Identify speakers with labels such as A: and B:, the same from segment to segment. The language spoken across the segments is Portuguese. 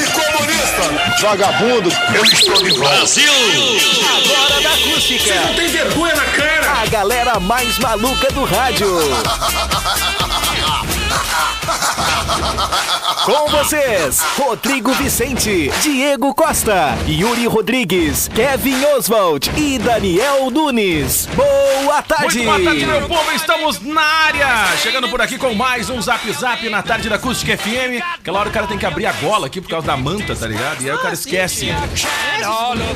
A: e comunista.
B: Vagabundo, eu estou de volta.
C: Agora da acústica. Você não tem vergonha na cara. A galera mais maluca do rádio. Com vocês, Rodrigo Vicente, Diego Costa, Yuri Rodrigues, Kevin Oswald e Daniel Nunes. Boa tarde.
D: Muito boa tarde, meu povo. Estamos na área. Chegando por aqui com mais um Zap Zap na tarde da Acústica FM. Aquela hora o cara tem que abrir a gola aqui por causa da manta, tá ligado? E aí o cara esquece.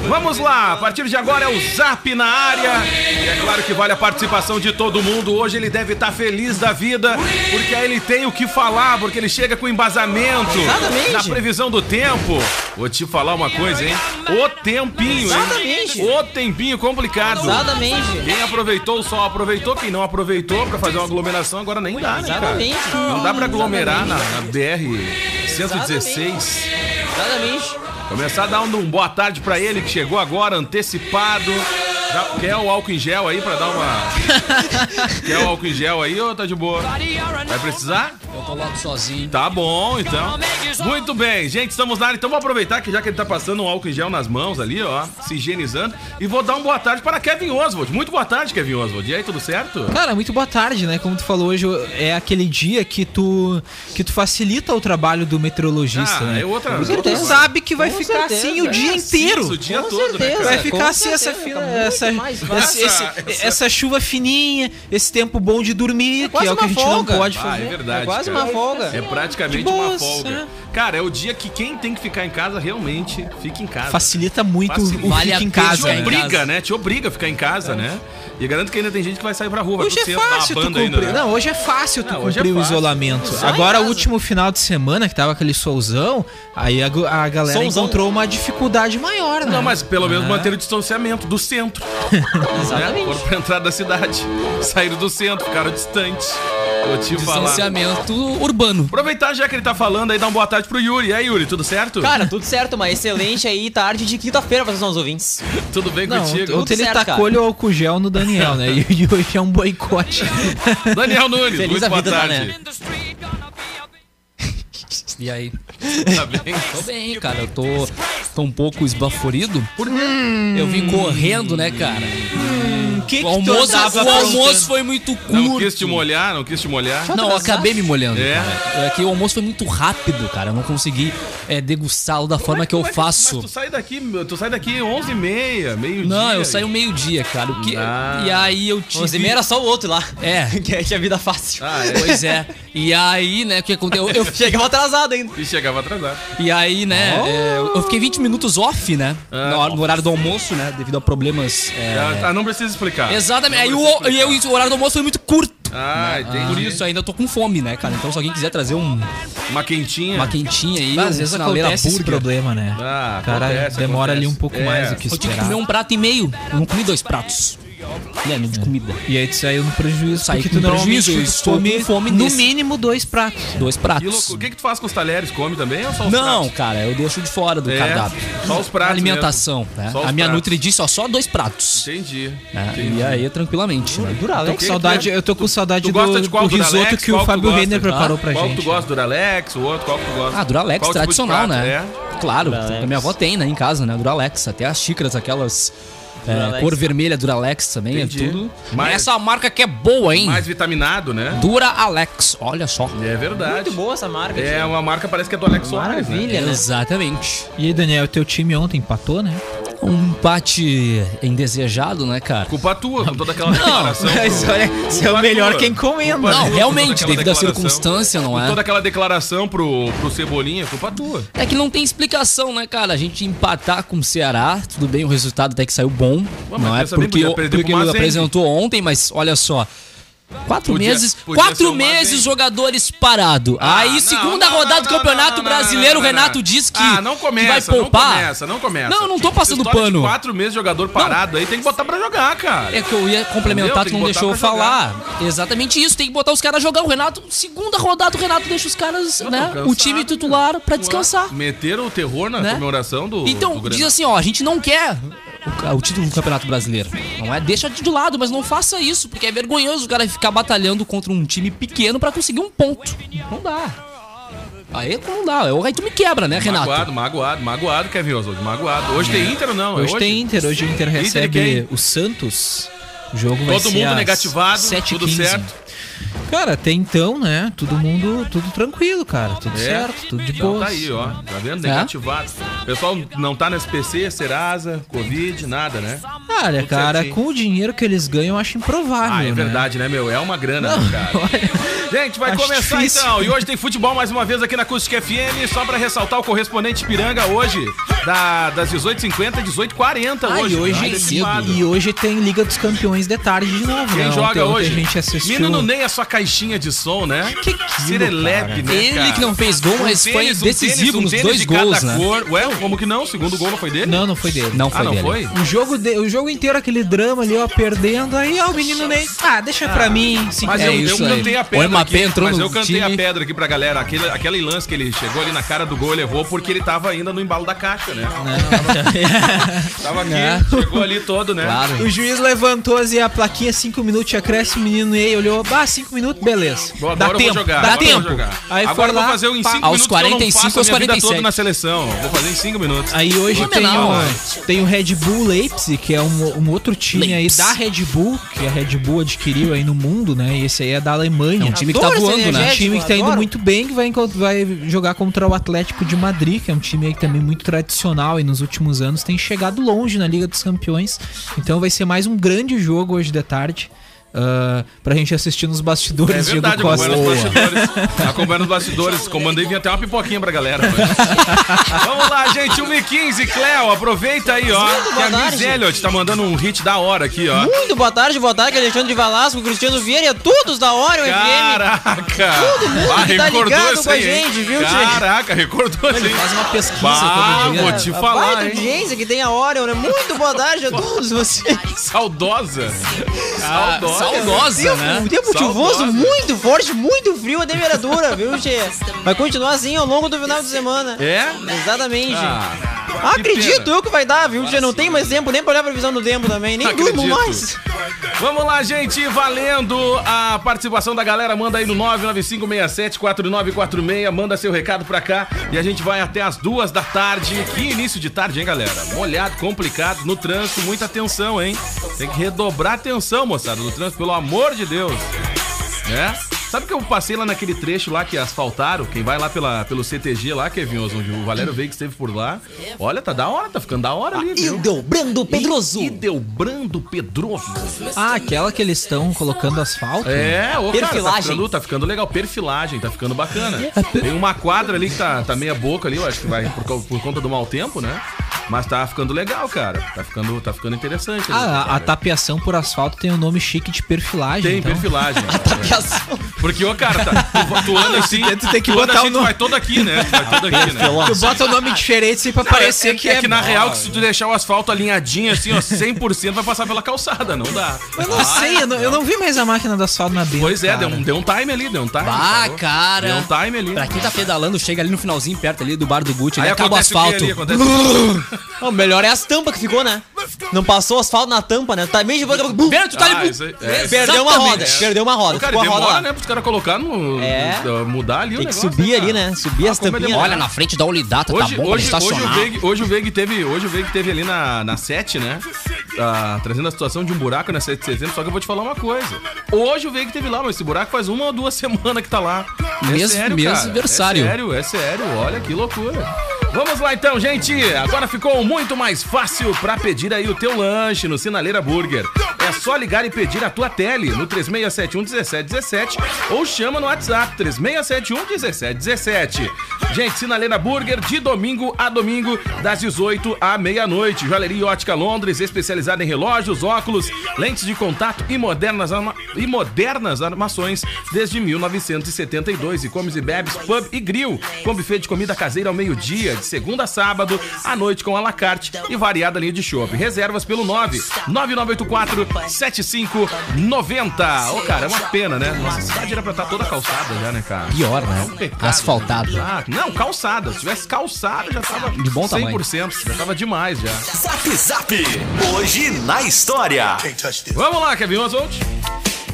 D: Vamos lá. A partir de agora é o Zap na área. E é claro que vale a participação de todo mundo. Hoje ele deve estar feliz da vida, porque aí ele tem o que falar, porque ele chega com embasamento.
E: Exatamente.
D: Na previsão do tempo. Vou te falar uma coisa, hein? O tempinho, hein?
E: Exatamente.
D: O tempinho complicado.
E: Exatamente.
D: Quem aproveitou o sol aproveitou, quem não aproveitou pra fazer uma aglomeração agora nem dá, né, cara?
E: Exatamente.
D: Não dá pra aglomerar na, na BR-116.
E: Exatamente.
D: Começar a dar um, um boa tarde pra ele que chegou agora, antecipado. Já quer o álcool em gel aí pra dar uma. quer o álcool em gel aí ou tá de boa? Vai precisar?
E: Eu coloco sozinho.
D: Tá bom, então. Muito bem, gente, estamos na área. Então vou aproveitar que já que ele tá passando um álcool em gel nas mãos ali, ó, se higienizando. E vou dar um boa tarde para Kevin Oswald. Muito boa tarde, Kevin Oswald. E aí, tudo certo?
F: Cara, muito boa tarde, né? Como tu falou hoje, é aquele dia que tu que tu facilita o trabalho do meteorologista,
D: Ah,
F: né?
D: é outra-
F: Porque
D: outra
F: tu
D: coisa.
F: sabe que vai
E: Com
F: ficar
E: certeza,
F: assim o
E: é
F: dia
D: assim,
F: inteiro.
D: isso o dia
E: Com
D: todo, né,
E: certeza.
D: cara?
F: Vai ficar
E: com
F: assim essa,
E: certeza,
F: fi-
E: cara,
F: essa,
E: muito mais vai.
F: esse- esse-
D: Essa-
F: essa, chuva fininha, esse tempo bom de dormir, que
E: quase
F: é o que a
E: uma
F: gente
E: folga.
F: não pode
D: Ah,
F: fazer.
D: é verdade.
E: É quase
D: cara.
E: uma folga.
D: É praticamente
F: De
D: uma
F: boas,
D: folga.
F: né?
D: Cara, é o dia que quem tem que ficar em casa realmente fica em casa.
F: É, Facilita muito
D: Facilita.
F: o
E: Vale a
F: fique em
E: pena
F: casa.
D: Te
E: ficar em
F: né?
D: obriga,
E: casa.
D: né? Te obriga a ficar em casa, né? E garanto que ainda tem gente que vai sair pra rua. Vai
F: Hoje é
D: torcer pra
F: fácil tu
D: banda
F: cumprir.
D: né?
F: Não, hoje é fácil tu
D: Não, hoje é
F: cumprir o
D: fácil.
F: isolamento.
E: em
F: Agora, o
E: casa.
F: último final de semana, que tava aquele solzão, aí a, go- a galera
E: Solzão.
F: encontrou uma dificuldade maior, né?
D: Não, mas pelo menos
F: Ah.
D: manter o distanciamento do centro. né? Foram pra entrada da cidade. Saíram do centro, ficaram distantes. Vou te falar.
E: Distanciamento urbano.
D: Aproveitar já que ele tá falando aí, dá uma boa tarde pro Yuri. E aí, Yuri, tudo certo?
E: Cara, tudo certo, uma excelente aí tarde de quinta-feira pra vocês, nossos ouvintes.
D: tudo bem
F: Não,
D: contigo?
F: ontem ele
E: certo,
F: tacou
E: cara.
F: o Tá álcool gel no Daniel, né? E hoje é um boicote.
D: Daniel Nunes,
E: Feliz
D: muito
E: a
D: boa
E: vida,
D: tarde.
E: né? E aí?
D: Tá bem?
E: Tô bem, cara. Eu tô, tô um pouco esbaforido. Por quê? Eu vim correndo, né, cara?
F: O que
E: O almoço,
F: andava
E: o almoço
F: aprontando?
E: foi muito curto.
D: Não quis te molhar, não quis te molhar.
E: Não, eu acabei me molhando.
D: É?
E: cara. É que o almoço foi muito rápido, cara. Eu não consegui é, degustá-lo da forma
D: Mas é
E: que eu
D: tu vai-
E: faço.
D: Mas tu sai daqui, meu, tu sai daqui 11h30, meio-dia.
E: Não, eu um- saio meio-dia, cara. O que...
D: Ah.
E: E aí eu tive.
G: Os e meia era só o outro lá.
E: É.
G: Que é que é vida fácil.
D: Ah, é.
E: Pois é. E aí, né, o que aconteceu? Eu, eu-
G: Chegava atrasado ainda.
D: E chegava atrasado.
E: e aí, né, é, eu fiquei 20 minutos off, né?
D: Ah.
F: É.
E: na hora- no horário do almoço, né? Devido a problemas. é,
D: Ah, não precisa explicar.
E: Exatamente. Aí o, e eu- o horário do almoço foi muito curto.
D: Ah, entendi.
E: Por isso ainda eu tô com fome, né, cara? Então se alguém quiser trazer um,
D: Uma quentinha.
E: uma quentinha aí, um
F: Às vezes acontece esse problema, né?
D: Ah,
F: O cara
D: acontece,
F: demora
D: acontece.
F: ali um pouco
D: É.
F: mais do que
E: Eu tinha que
F: esperar.
E: comer um prato e meio. Eu não comi dois pratos. Né, não de comida.
F: E aí tu saiu no prejuízo,
E: Saí
F: É. porque
E: com
F: tu não
E: um prejuízo, eu estou com fome
F: no
E: nesse-
F: mínimo dois pratos.
E: Dois
D: Que louco.
E: pratos.
D: O que, que tu faz com os talheres? Come também ou só os
E: Não,
D: pratos?
E: cara, eu deixo de fora do
D: É,
E: cardáprio.
D: só os pratos
E: Alimentação, né?
D: Só os
E: A minha
D: pratos.
E: Nutri disse, ó, só dois pratos.
D: Entendi.
E: né?
D: entendi.
E: E aí, tranquilamente, né?
F: tô com
D: que
F: saudade,
D: tu-
F: eu tô com saudade
D: tu
F: do,
D: gosta de qual,
F: do
D: do
F: risoto
D: Alex?
F: que
D: Qual
F: o
D: que
F: Fábio
D: tu gosta?
F: Renner preparou pra
D: qual que
F: gente.
D: tu gosta? Duralex? O outro, qual que tu gosta?
E: Ah, Duralex,
D: Qual tipo de
E: tradicional,
D: prato?
E: né?
D: É.
E: Claro, a minha avó tem, né, em casa, né? Duralex, até as xícaras, aquelas é,
G: Duralex.
E: cor vermelha, Duralex também,
D: Entendi.
E: é tudo.
D: Mas-
E: Mas essa marca que é boa, hein?
D: Mais vitaminado, né?
E: Duralex, olha só.
D: É verdade.
G: Muito boa essa marca.
D: É uma marca, parece que é do Alex Soares, né?
G: Maravilha, né?
E: Exatamente.
F: E aí, Daniel, teu time ontem empatou, né?
E: Um empate indesejado, né, cara?
D: Culpa tua, com toda aquela declaração.
F: mas
D: pro-
F: olha,
D: culpa
F: se é o
D: tua.
F: melhor quem comenda.
D: Culpa
E: Não,
D: tua, toda
E: realmente,
D: aquela
E: devido à
D: declaração.
E: circunstância, não
D: Com
E: é?
D: Toda aquela declaração pro, pro Cebolinha, culpa tua.
E: É que não tem explicação, né, cara? A gente empatar com o Ceará, tudo bem, o resultado até que saiu bom.
D: Ué, mas
E: não é
D: pensa bem,
E: porque,
D: podia
E: o-
D: perder
E: porque
D: pro
E: ele
D: Mazembe.
E: apresentou ontem, mas olha só. Quatro
D: Podia-
E: meses,
D: podia ser
E: quatro
D: uma
E: meses
D: vez.
E: jogadores parado.
D: Ah,
E: Aí
D: não,
E: segunda
D: não, não,
E: rodada do
D: não,
E: Campeonato
D: não, não,
E: Brasileiro,
D: não, não,
E: o
D: não,
E: Renato
D: não.
E: diz que,
D: ah, não começa,
E: que vai poupar.
D: Não começa, não começa.
E: Não, não tô passando
D: Essa história tá de
E: pano.
D: quatro meses jogador parado aí, tem que botar pra jogar, cara.
E: É que eu ia complementar,
D: Entendeu?
E: tu não
D: Tem que
E: deixou eu
D: botar pra
E: falar. Exatamente isso, tem que botar os caras jogar. O Renato, segunda rodada, o Renato deixa os caras, né?
D: cansado,
E: o time titular pra descansar.
D: Meteram o terror na
E: É. Né?
D: comemoração do. do
E: Então,
D: Grenal.
E: diz assim, ó, a gente não quer o, ca- o título do Campeonato Brasileiro. Não é? Deixa de lado, mas não faça isso, porque é vergonhoso o cara ficar batalhando contra um time pequeno pra conseguir um ponto. Não dá. Aí não dá. Eu- Aí tu me quebra, né, Renato?
D: Magoado, magoado, magoado, Kevin Oswald, magoado. Hoje tem Inter ou não? É
F: Hoje tem Inter, hoje o
D: Inter
F: Inter
D: e
F: recebe
D: quem?
F: o Santos. O jogo vai
D: Todo
F: ser
D: mundo
F: às
D: negativado, tudo
F: 7h15.
D: certo.
F: Cara, até então, né? Todo mundo, tudo tranquilo, cara. Tudo
D: É.
F: certo, tudo de
D: Então
F: boa.
D: tá aí, ó. Tá vendo? Negativado. O pessoal não tá no SPC, Serasa, Covid, nada, né?
F: Olha,
D: Tudo
F: cara,
D: certinho.
F: com o dinheiro que eles ganham, eu acho improvável.
D: Ah, é
F: né?
D: verdade, né, meu? É uma grana, né, cara. Gente, vai
F: Acho
D: começar
F: difícil.
D: então. E hoje tem futebol mais uma vez aqui na Acústica FM. Só pra ressaltar o correspondente Piranga hoje, da- das 18h50 às 18h40
F: Ah,
D: hoje.
F: e, hoje,
D: Tá antecipado.
F: e hoje tem Liga dos Campeões de tarde de novo.
D: Quem
F: né?
D: joga
F: Ontem- ontem
D: hoje?
F: A gente assistiu.
D: Menino Ney, a sua caixinha de som, né? Que Cirelepe, né,
E: Ele
D: cara?
E: que não fez gol, mas
D: Um
E: foi
D: tênis, um tênis,
E: decisivo
D: um
E: nos
D: tênis
E: dois
D: de cada
E: gols, né?
D: cor. Ué, como que não? O segundo gol não foi dele?
F: Não, não foi dele.
E: Não foi
D: Ah, não
E: dele.
D: foi?
F: O jogo, de- o jogo inteiro, aquele drama ali, ó, perdendo. Aí, ó, o menino Ney. Ah, deixa pra mim. Se
D: Mas
E: É
D: eu, eu
E: isso aí.
D: cantei a
E: O
D: pedra.
E: MAP
D: aqui,
E: entrou
D: mas
E: no
D: eu cantei a
E: time.
D: pedra aqui pra galera. Aquele, aquele lance que ele chegou ali na cara do gol, ele errou porque ele tava ainda no embalo da caixa, né?
F: né?
D: Tava aqui,
F: É.
E: Não.
D: chegou ali todo, né?
E: Claro.
F: O juiz levantou assim, a plaquinha, 5 minutos, já cresce, o menino Ney olhou, ah, 5 minutos, beleza.
D: Bom, agora eu vou jogar.
F: dá
D: agora eu vou
F: tempo.
D: jogar.
F: Aí foi
D: agora eu vou
F: lá,
D: fazer um em
F: pá,
D: 5
E: aos
D: minutos. que eu não
E: 45
D: faço a
E: aos
D: minha vida
E: 47.
D: toda na seleção. Vou fazer em 5 minutos. É
F: Aí hoje tem um
E: Blumenau.
F: o, tem o Red Bull Leipzig, que é um, um outro time
E: Leips.
F: aí da Red Bull, que a Red Bull adquiriu aí no mundo, né? E esse aí é da Alemanha.
E: É um time que tá
F: Adoro esse
E: voando, né?
F: energético, time que tá indo muito bem, que vai, encont- vai jogar contra o Atlético de Madrid, que é um time aí que também muito tradicional e nos últimos anos tem chegado longe na Liga dos Campeões. Então vai ser mais um grande jogo hoje de tarde. ah, pra gente assistir nos
D: É
F: bastidores, Diego
D: verdade,
F: Costa.
D: acompanhando os bastidores. Tá Acompanhando os bastidores. Comandei vinha até uma pipoquinha pra galera. Vamos lá, gente. 1h15, Cléo. Aproveita aí, ó.
G: Lindo,
D: Que a
G: boa
D: Miss
G: tarde.
D: Elliot tá mandando um hit da hora aqui, ó.
G: Muito boa tarde, boa tarde, Alexandre de Valasco, Cristiano Vieira, e a todos da hora, o FM.
D: Caraca!
G: mundo
D: Ah,
G: que tá
D: recordou
G: ligado
D: isso
G: com a
D: aí, hein?
G: gente, viu, Tchê?
D: Caraca, recordou isso aí.
G: Faz uma pesquisa
D: Bah,
G: todo dia. um
D: vou te
G: A
D: falar,
G: baita
D: hein?
G: audiência que tem a hora, né? Muito boa tarde a todos vocês.
D: Saudosa. Saudosa.
E: Saudosa,
G: Um
E: né?
G: tempo chuvoso,
D: Saudosa.
G: muito forte, muito frio a temperatura, viu, Tchê? Vai continuar assim ao longo do final de semana.
D: É?
G: Exatamente.
D: Ah, que
G: Acredito
D: pena. né?
G: eu que vai dar, viu, Tchê? Não tem mais tempo nem pra olhar a previsão do tempo também, nem durmo
D: Acredito.
G: mais.
D: Vamos lá, gente, valendo a participação da galera. Manda aí no 995674946, manda seu recado pra cá e a gente vai até as duas da tarde. Que início de tarde, hein, galera? Molhado, complicado, no trânsito, muita atenção, hein? Tem que redobrar a atenção, moçada, no trânsito, pelo amor de Deus. É? Sabe que eu passei lá naquele trecho lá que asfaltaram? Quem vai lá pela, pelo CTG lá, Kevin Oswald, o
F: Hum.
D: Valério Veiga esteve por lá. Olha, tá da hora, tá ficando da
F: Ah,
D: hora ali, viu?
G: Brando
D: E deu Brando Pedroso.
F: Ah, aquela que eles estão colocando asfalto?
D: É, ô, Cara, tá,
G: Perfilagem.
D: ficando, tá ficando legal. Perfilagem, tá ficando bacana. Tem uma quadra ali que tá, tá meia boca ali, eu acho que vai por, cau- por conta do mau tempo, né? Mas tá ficando legal, cara. Tá ficando, tá ficando interessante. ali,
F: Ah, a, a
D: cara.
F: tapeação por asfalto tem o nome chique de perfilagem.
D: Tem
F: então.
D: perfilagem. Porque, ô, cara, tá, tu, tu anda assim.
F: tu tem que
D: tu anda
F: botar
D: assim,
F: o
D: tu
F: nome.
D: vai todo aqui, né? Tu vai todo aqui, né?
F: Tu bota o nome diferente pra
D: é, é que na real, que se tu deixar o asfalto alinhadinho assim, ó, 100% vai passar pela calçada, não dá.
F: Eu não sei, eu não, eu não vi mais a máquina do asfalto na Bento.
D: Pois é,
F: cara.
D: deu um, deu um time ali, deu um time.
E: Ah,
D: parou.
E: cara.
D: Deu um time ali.
E: Pra quem tá pedalando, chega ali no finalzinho, perto ali do bar do Gucci, ali acaba o
D: acontece que
E: asfalto.
D: ali, acontece o que ali.
G: O melhor é as tampas que ficou, né? Não passou asfalto na tampa, né? Tá meio de boca. bum,
E: Pera, tu tá
D: Ah,
E: ali.
D: isso aí, é.
G: Perdeu uma roda,
E: Exatamente.
G: perdeu uma roda.
D: Cara,
G: Ficou tipo, a roda
D: demora,
G: lá.
D: né? Pros caras colocar no.
G: É.
D: no- mudar ali o
G: Tem que
D: negócio.
G: subir ali,
D: cara?
G: né? Subir as
D: como é
G: tampinhas.
D: demorado.
E: Olha, na frente da Olidata, tá
D: Hoje,
E: bom pra
D: hoje, hoje, o
E: estacionar.
D: Veg, hoje o Veg teve, hoje o Veg teve ali na, na 7, né? Ah, trazendo a situação de um buraco na 7 de setembro, só que eu vou te falar uma coisa. Hoje o Veg teve lá, mas esse buraco faz uma ou duas semanas que tá lá.
E: Mesmo- mesmo
D: cara.
E: adversário.
D: É sério, é sério. Olha que loucura. Vamos lá então, gente. Agora ficou muito mais fácil para pedir aí o teu lanche no Sinaleira Burger. É só ligar e pedir a tua tele no 3671 1717 ou chama no WhatsApp 3671 1717. Gente, Sinaleira Burger de domingo a domingo, das 18 à meia-noite. Joalheria e Ótica Londres, especializada em relógios, óculos, lentes de contato e modernas, arma- e modernas armações desde 1972. E comes e bebes, pub e grill, com buffet de comida caseira ao meio-dia, de segunda a sábado, à noite com alacarte e variada linha de chopp. Reservas pelo 9 9984 7590. Ô, cara, é uma pena, né? Nossa cidade era pra estar toda calçada já, né, cara?
E: Pior,
D: Um
E: né?
D: pecado.
E: Asfaltado.
D: Ah, não, calçada. Se tivesse calçada, já tava
E: De bom tamanho.
D: 100%. Já tava demais já.
C: Zap Zap. Hoje na história.
D: Vamos lá, Kevin Oswald.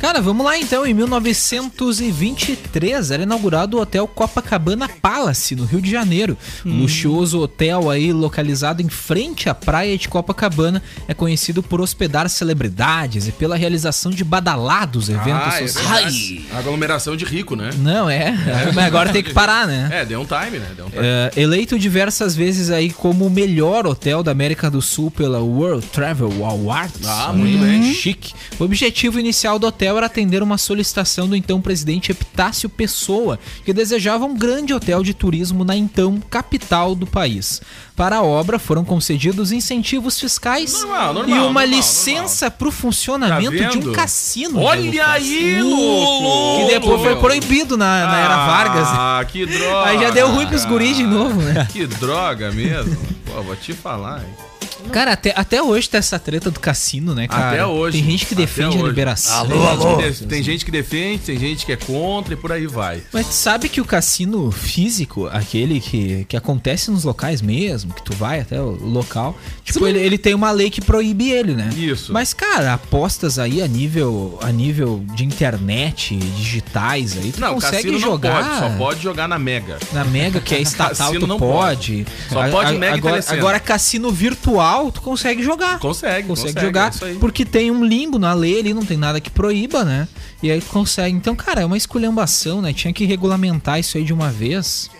F: Cara, vamos lá então. Em 1923 era inaugurado o Hotel Copacabana Palace, no Rio de Janeiro.
D: Hum.
F: Um luxuoso hotel aí localizado em frente à praia de Copacabana é conhecido por hospedar celebridades e pela realização de badalados eventos
D: Ah, é
F: sociais.
D: verdade. Aglomeração de rico, né?
F: Não, é. Mas agora tem que parar, né?
D: É, deu um time, né? Deu um time.
F: É, eleito diversas vezes aí como o melhor hotel da América do Sul pela World Travel Awards. Uhum.
D: Ah, muito bem.
F: Chique. O objetivo inicial do hotel era atender uma solicitação do então presidente Epitácio Pessoa, que desejava um grande hotel de turismo na então capital do país. Para a obra foram concedidos incentivos fiscais
D: Normal, normal,
F: e uma
D: normal,
F: licença para o funcionamento
D: Tá
F: de um
D: vendo?
F: cassino. Diego
D: Olha
F: Costa.
D: aí, louco!
F: Que depois foi
D: Meu.
F: proibido na, na era Vargas.
D: Ah, que droga.
F: Aí já deu ruim
D: Ah.
F: pros guris de novo, né?
D: Que droga mesmo. Pô, vou te falar, hein?
F: Cara, até, até hoje tá essa treta do cassino, né, cara?
D: Até hoje.
F: Tem gente que
D: Até
F: defende a
D: hoje.
F: liberação.
D: Tem gente que def- Tem gente que defende, tem gente que é contra e por aí vai.
F: Mas tu sabe que o cassino físico, aquele que, que acontece nos locais mesmo, que tu vai até o local, tipo, ele, ele tem uma lei que proíbe ele, né?
D: Isso.
F: Mas, cara, apostas aí a nível, a nível de internet, digitais aí, tu
D: Não,
F: consegue
D: cassino
F: jogar.
D: não pode, só pode jogar na Mega.
F: Na Mega, que é estatal,
D: Cassino
F: tu
D: não
F: pode.
D: Só pode Mega e
F: agora,
D: Telecena.
F: agora, cassino virtual, tu consegue jogar.
D: Consegue,
F: consegue,
D: consegue, é
F: jogar,
D: isso aí.
F: porque tem um limbo na lei ali, não tem nada que proíba, né? E aí tu consegue. Então, cara, é uma esculhambação, né? Tinha que regulamentar isso aí de uma vez.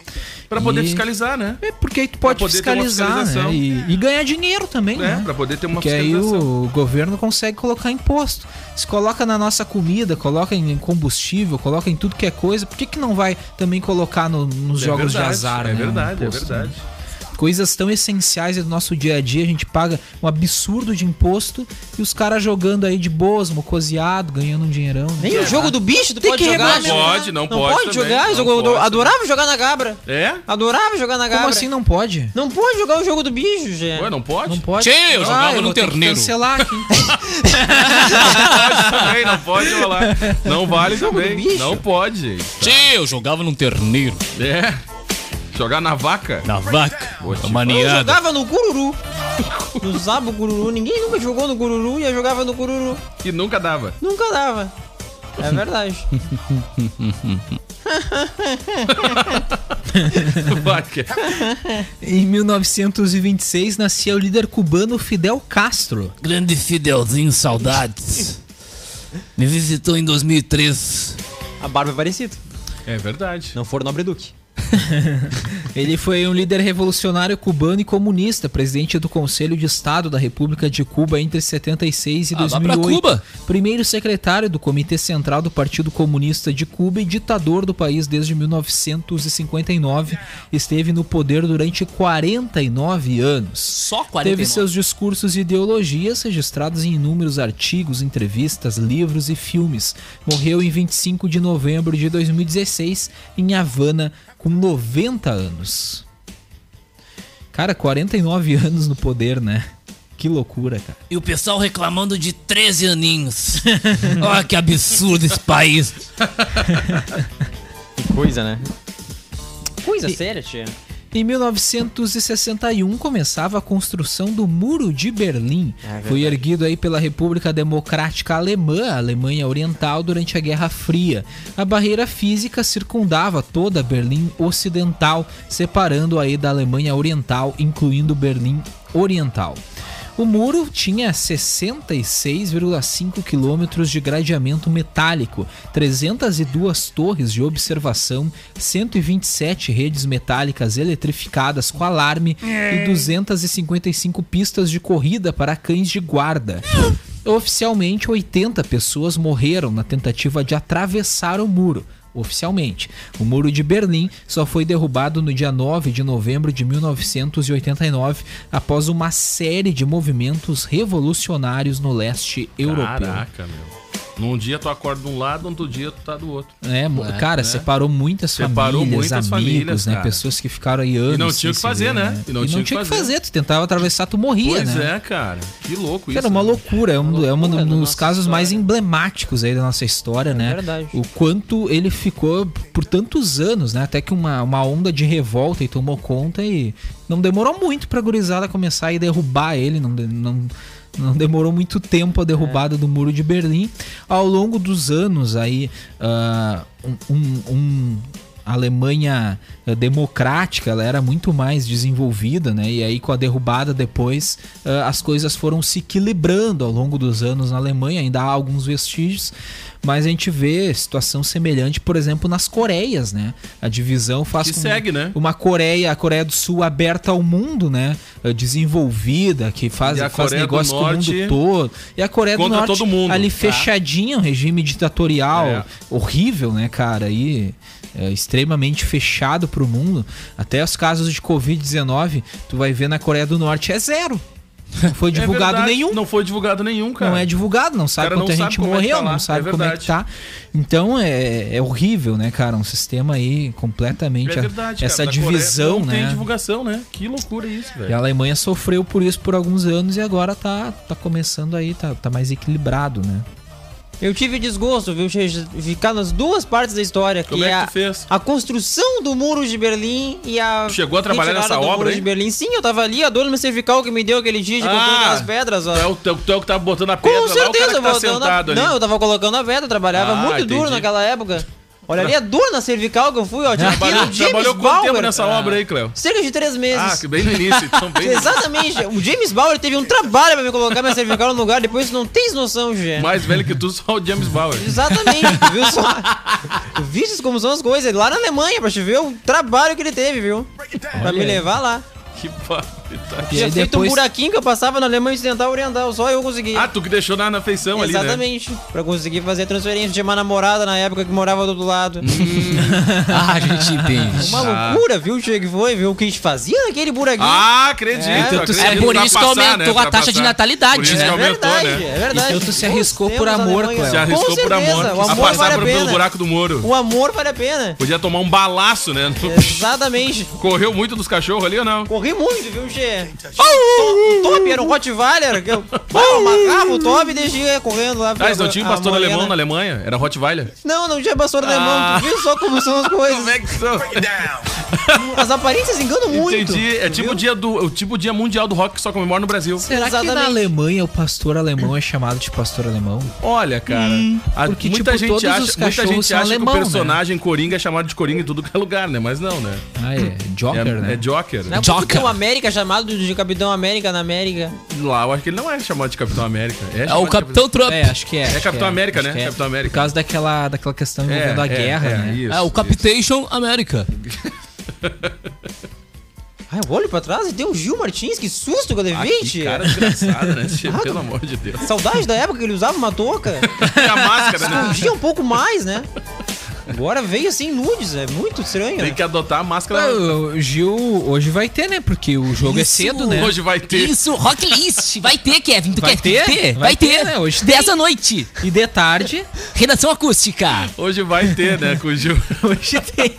D: Pra poder
F: E-
D: fiscalizar, né?
F: É porque aí tu pode
D: poder ter uma
F: fiscalizar, né?
D: fiscalização.
F: E, e ganhar dinheiro também,
D: É,
F: né?
D: pra poder ter uma
F: Porque aí o governo consegue colocar imposto. Se coloca na nossa comida, coloca em combustível, coloca em tudo que é coisa, por que, que não vai também colocar no- nos
D: É
F: jogos
D: verdade,
F: de azar,
D: É
F: né?
D: verdade,
F: imposto,
D: é verdade.
F: né? Coisas tão essenciais do nosso dia a dia, a gente paga um absurdo de imposto e os caras jogando aí de boas, mocoseado, ganhando um dinheirão. né?
G: Nem o jogo do bicho tu
F: Tem
G: pode
F: que
G: jogar. né?
D: regulamentar. Não pode, não pode
G: Não pode
D: também,
G: jogar.
D: não
G: eu jogo- eu
D: pode.
G: Adorava jogar na Gabra.
D: É?
G: Adorava jogar na Gabra.
F: Como assim não pode?
G: Não pode jogar o jogo do bicho, gente.
D: Ué, não pode?
F: Não pode?
E: Tchê, eu jogava
F: eu
E: no
F: vou ter que
E: terneiro.
F: Cancelar aqui.
D: também, não pode rolar. Não vale também. Não pode.
E: Tchê, eu jogava num terneiro,
D: É. Jogar na vaca?
E: na vaca,
D: Vou te falar.
G: Eu
E: maneirada.
G: jogava no Gururu. No Zabo Gururu. Ninguém nunca jogou no Gururu e eu jogava no Gururu.
D: Que nunca dava.
G: Nunca dava. É verdade.
D: Vaca.
F: Em 1926 nascia o líder cubano Fidel Castro.
E: Grande Fidelzinho, saudades. Me visitou em 2003.
G: A barba é parecida.
D: É verdade.
G: Não for Nobre Duque.
F: Ele foi um líder revolucionário cubano e comunista, presidente do Conselho de Estado da República de Cuba entre 76 e
E: Ah, vá pra
F: 2008.
E: Cuba.
F: Primeiro secretário do Comitê Central do Partido Comunista de Cuba e ditador do país desde 1959, esteve no poder durante 49 anos.
E: Só 49.
F: Teve seus discursos e ideologias registrados em inúmeros artigos, entrevistas, livros e filmes. Morreu em 25 de novembro de 2016 em Havana, com 90 anos. Cara, 49 anos no poder, né? Que loucura, cara.
E: E o pessoal reclamando de 13 aninhos. Olha que absurdo esse país.
G: Que coisa, né? Coisa
F: E-
G: séria, tia.
F: Em 1961 começava a construção do Muro de Berlim. Foi erguido aí pela República Democrática Alemã, a Alemanha Oriental, durante a Guerra Fria. A barreira física circundava toda Berlim Ocidental, separando aí da Alemanha Oriental, incluindo Berlim Oriental. O muro tinha 66,5 quilômetros de gradeamento metálico, 302 torres de observação, 127 redes metálicas eletrificadas com alarme e 255 pistas de corrida para cães de guarda. Oficialmente, 80 pessoas morreram na tentativa de atravessar o muro. Oficialmente, o Muro de Berlim só foi derrubado no dia 9 de novembro de 1989, após uma série de movimentos revolucionários no leste europeu.
D: Caraca, meu. Num dia tu acorda de um lado, no outro dia tu tá do outro.
F: É, mo- cara, separou muitas
D: né? Separou
F: famílias,
D: muitas
F: amigos,
D: famílias,
F: né?
D: cara.
F: Pessoas que ficaram aí anos.
D: E não
F: sem
D: tinha o que
F: se
D: fazer,
F: ver,
D: né?
F: E não, tinha o que fazer. Tu tentava atravessar, tu morria,
D: Pois
F: né?
D: é, cara. Que louco isso.
F: Cara, uma
D: né?
F: loucura. É um, do- é um
G: loucura da
F: dos
G: nossa
F: casos mais
G: história. É
F: emblemáticos aí da nossa história, né?
G: verdade.
F: O quanto ele ficou por tantos anos, né? Até que uma, uma onda de revolta e tomou conta e não demorou muito pra gurizada começar a derrubar ele, não... de- não não demorou muito tempo a derrubada
G: É.
F: do muro de Berlim. Ao longo dos anos aí, ah, um- um- um a Alemanha eh, democrática ela era muito mais desenvolvida, né? E aí com a derrubada depois eh, as coisas foram se equilibrando ao longo dos anos na Alemanha, ainda há alguns vestígios, mas a gente vê situação semelhante, por exemplo, nas Coreias, né? A divisão faz
D: Que
F: com
D: segue, né?
F: uma Coreia, a Coreia do Sul aberta ao mundo, né? Eh, Desenvolvida, que faz,
D: E a
F: faz
D: Coreia do
F: negócio com o mundo
D: Norte
F: todo. E a Coreia do
D: contra
F: Norte
D: todo mundo,
F: ali
D: tá?
F: fechadinha, um regime ditatorial
D: É.
F: horrível, né, cara? E é, extremamente fechado pro mundo. Até os casos de Covid-19, tu vai ver na Coreia do Norte, é zero. Não foi
D: É
F: divulgado
D: verdade,
F: nenhum.
D: Não foi divulgado nenhum, cara.
F: Não é divulgado, não sabe
D: cara não
F: quanta
D: sabe
F: gente
D: como é que
F: morreu,
D: tá lá,
F: não sabe
D: é
F: como é que tá. Então é, é horrível, né, cara? Um sistema aí
D: É
F: completamente. a-
D: verdade, cara.
F: essa
D: Da Coreia
F: divisão,
D: não
F: né?
D: tem divulgação, né? Que loucura isso,
F: E a
D: velho.
F: Alemanha sofreu por isso por alguns anos e agora tá, tá começando aí, tá, tá mais equilibrado, né?
G: Eu tive desgosto, viu? Che- Ficar nas duas partes da história,
D: Como
G: que
D: é
G: é
D: que
G: a,
D: tu fez?
G: a construção do muro de Berlim e a.
D: Tu chegou a trabalhar
G: retirada
D: nessa
G: do
D: obra,
G: muro
D: hein?
G: de Berlim. Sim, eu tava ali, a dor no meu cervical que me deu aquele dia de
D: Ah,
G: colocando aquelas pedras, ó.
D: Tu é, o, tu, é o- tu é o que tá botando a
G: Com
D: pedra lá, o cara
G: certeza,
D: que
G: eu
D: tá
G: vou- eu
D: sentado
G: não,
D: ali.
G: não, eu tava colocando a pedra, trabalhava
D: Ah,
G: muito duro
D: entendi.
G: naquela época. Olha ali a dor na cervical que eu fui, ó. Tinha
D: Trabalhou,
G: aqui o James
D: trabalhou quanto
G: Bauer.
D: tempo nessa obra aí, Cleo?
G: Cerca de três meses.
D: Ah, que bem no início. Então bem
G: Exatamente, o James Bauer teve um trabalho pra me colocar minha cervical no lugar, depois não tens noção, gente.
D: mais velho que tu, só o James Bauer.
G: Exatamente, tu viu só? Tu Viste como são as coisas, lá na Alemanha, pra te ver o trabalho que ele teve, viu? pra me
F: aí.
G: levar lá.
D: Que barbaridade.
F: E
G: Tinha
F: aí
G: feito um
F: depois-
G: buraquinho que eu passava na Alemanha Ocidental e Oriental, só eu consegui.
D: Ah, tu que deixou na, na feição ali, né?
G: Exatamente, pra conseguir fazer a transferência. Tinha uma namorada na época que morava do outro lado.
E: Ah, a gente entende.
G: Uma loucura, viu, Che, que foi, viu? O que a gente fazia naquele buraquinho.
D: Ah, acredito.
G: É,
D: acredito. né?
E: tu sabe. É por isso que aumentou a taxa de natalidade,
D: Por isso
E: né?
D: que
G: é
D: aumentou,
G: verdade,
D: né?
G: é verdade.
F: Então tu se
G: Bons
F: arriscou
G: tempos
F: por
G: na
F: amor,
G: Alemanha.
F: Cleo.
D: Se arriscou
G: Com
D: por
G: certeza,
D: amor,
G: o
D: a
G: amor
D: passar
G: vale a
D: por-
G: pena.
D: pelo buraco do muro.
G: O amor vale a pena.
D: Podia tomar um balaço, né?
G: É. Exatamente.
D: Correu muito dos cachorros ali ou não? Ah,
G: Corri muito, viu, Che? O Top era um Rottweiler. que Eu eu amarrava o Top e deixei correndo lá.
D: Ah, eles não tinha
G: a
D: pastor
G: morena.
D: alemão na Alemanha? Era Rottweiler?
G: Não, não tinha pastor
D: Ah.
G: alemão. Tu viu só como são as coisas.
D: é que são?
G: As aparências enganam muito.
D: Entendi. É tipo o, dia do, o tipo o dia mundial do rock que só comemora no Brasil.
F: Será que na
G: Exatamente.
F: Alemanha o pastor alemão é chamado de pastor alemão?
D: Olha, cara, a-
F: porque,
D: muita,
F: tipo, todos
D: gente acha,
F: os
D: muita
F: cachorros
D: gente
F: são
D: acha
F: alemão,
D: que o
F: né?
D: personagem Coringa é chamado de Coringa em tudo que é lugar, né? Mas não, né?
F: Ah, é
D: É,
F: Joker, né?
D: é Joker.
G: Não é o
E: Joca.
G: Capitão América chamado de Capitão América na América.
D: Lá eu acho que ele não é chamado de Capitão América. É,
E: É o
D: chamado de
E: Capitão Trump.
F: É, acho que é. acho que
D: Capitão América,
F: acho
D: né?
F: que
D: Capitão
F: Por
D: América. É,
F: causa daquela, daquela questão envolvendo a guerra, né?
D: isso,
E: É o Capitation América.
G: Ai, eu olho pra trás e tem o Gil Martins, que susto que eu
D: Ah,
G: levei,
D: que
G: tchê.
D: cara desgraçado, né? Tchê? Pelo amor de Deus.
G: Saudade da época que ele usava uma touca.
D: E a máscara, né?
G: Escondia um pouco mais, né? Agora veio assim nudes, é muito estranho.
D: Tem
G: né?
D: que adotar a
F: Ah,
D: máscara.
F: o Gil hoje vai ter, né? Porque o jogo
E: Isso.
F: é cedo, né?
D: Hoje vai ter.
E: Isso, Rocklist. Vai ter, Kevin. Tu
F: Vai
E: quer
F: ter?
E: Vai ter.
F: Vai
E: Vai
F: ter,
E: ter.
F: né? Hoje
E: 10 da noite.
F: E de tarde,
E: Redação acústica.
D: Hoje vai ter, né, com o Gil.
F: hoje tem.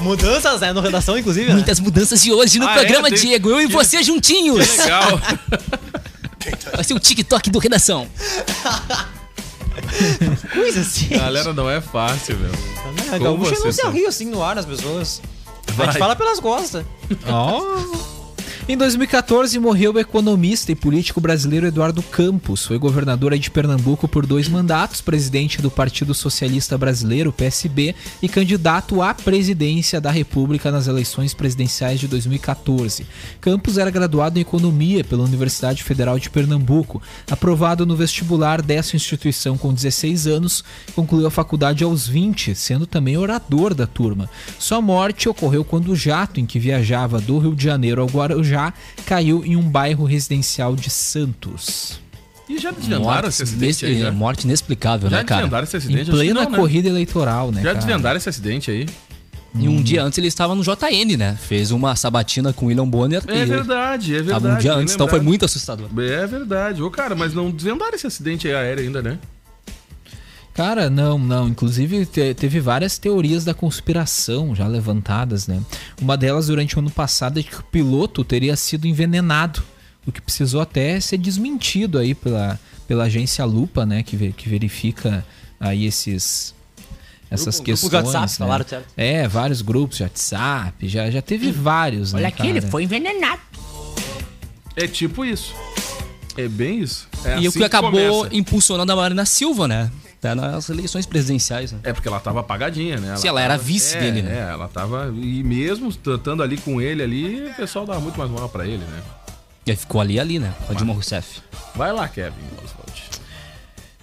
G: Mudanças, né? No redação, inclusive. né?
E: Muitas mudanças de hoje no
D: Ah, é?
E: programa,
D: Tem-
E: Diego. Eu e você juntinhos.
D: Legal.
E: Vai ser o TikTok do Redação.
G: Coisa assim.
D: Galera, não é fácil, velho.
G: Ah, Gaúcho
D: você
G: não se
D: sabe?
G: arria assim no ar nas pessoas. A
D: Vai.
G: gente fala pelas costas.
F: Ó. Em 2014 morreu o economista e político brasileiro Eduardo Campos. Foi governador aí de Pernambuco por dois mandatos, presidente do Partido Socialista Brasileiro, PSB, e candidato à presidência da República nas eleições presidenciais de 2014. Campos era graduado em economia pela Universidade Federal de Pernambuco, aprovado no vestibular dessa instituição com 16 anos, concluiu a faculdade aos 20, sendo também orador da turma. Sua morte ocorreu quando o jato em que viajava do Rio de Janeiro ao Guarujá caiu em um bairro residencial de Santos.
D: E já desvendaram
E: Morte,
D: esse acidente aí,
F: é
D: já?
E: inespe- morte inexplicável,
D: Já
E: né, cara?
D: desvendaram esse acidente?
F: em
D: Acho que
F: plena
D: não, né?
F: corrida eleitoral, né?
D: Já
F: cara?
D: desvendaram esse acidente aí?
E: E um dia antes ele estava no JN, né? Fez uma sabatina com William Bonner
D: É
E: e
D: verdade, é verdade.
E: estava um dia
D: bem
E: antes, então foi
D: lembrado.
E: muito assustador.
D: É verdade. Ô, cara, mas não desvendaram esse acidente aí aéreo ainda, né?
F: Cara, não, não. Inclusive, te- teve várias teorias da conspiração já levantadas, né? Uma delas, durante o ano passado, é que o piloto teria sido envenenado, o que precisou até ser desmentido aí pela, pela agência Lupa, né? Que, ve- que verifica aí esses... Essas
G: Grupo- grupo
F: questões.
G: de WhatsApp,
F: né?
G: falaram, certo?
F: É, vários grupos de WhatsApp, já, já teve vários, né? cara?
E: envenenado.
D: É tipo isso. É bem isso. É
E: e o
D: assim
E: que acabou
D: começa.
E: impulsionando a Marina Silva, né? Tá nas eleições presidenciais, né?
D: É porque ela tava apagadinha, né?
E: Se ela era vice
D: É,
E: dele, né?
D: É, ela tava. E mesmo tratando ali com ele ali, o pessoal dava muito mais moral pra ele, né?
E: E aí ficou ali, ali, né? Com a Dilma Rousseff.
D: Vai lá, Kevin Oswald.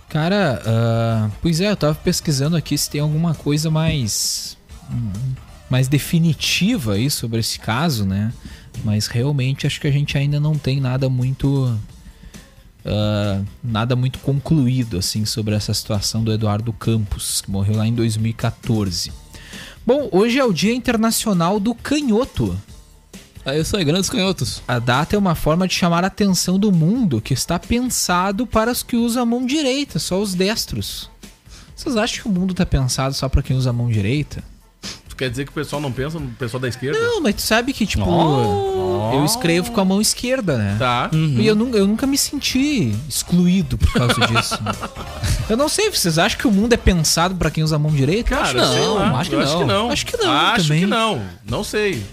F: Cara, ah, pois é, eu tava pesquisando aqui se tem alguma coisa mais. hum, mais definitiva aí sobre esse caso, né? Mas realmente acho que a gente ainda não tem nada muito. ah, nada muito concluído, assim, sobre essa situação do Eduardo Campos, que morreu lá em 2014. Bom, hoje é o Dia Internacional do Canhoto.
D: É
E: Aí eu sou grandes canhotos.
F: A data é uma forma de chamar a atenção do mundo que está pensado para os que usam a mão direita, só os destros. Vocês acham que o mundo tá pensado só para quem usa a mão direita?
D: Tu quer dizer que o pessoal não pensa no pessoal da esquerda?
F: Não, mas tu sabe que, tipo, eu escrevo com a mão esquerda, né?
D: Oh. Tá.
F: E eu, nu- eu nunca me senti excluído por causa disso. eu não sei, vocês acham que o mundo é pensado para quem usa a mão direita? Eu acho
D: Cara, sei lá.
E: acho que
D: eu acho que
E: não.
D: não.
F: Acho que não
D: Acho
F: também.
D: que não. Não sei.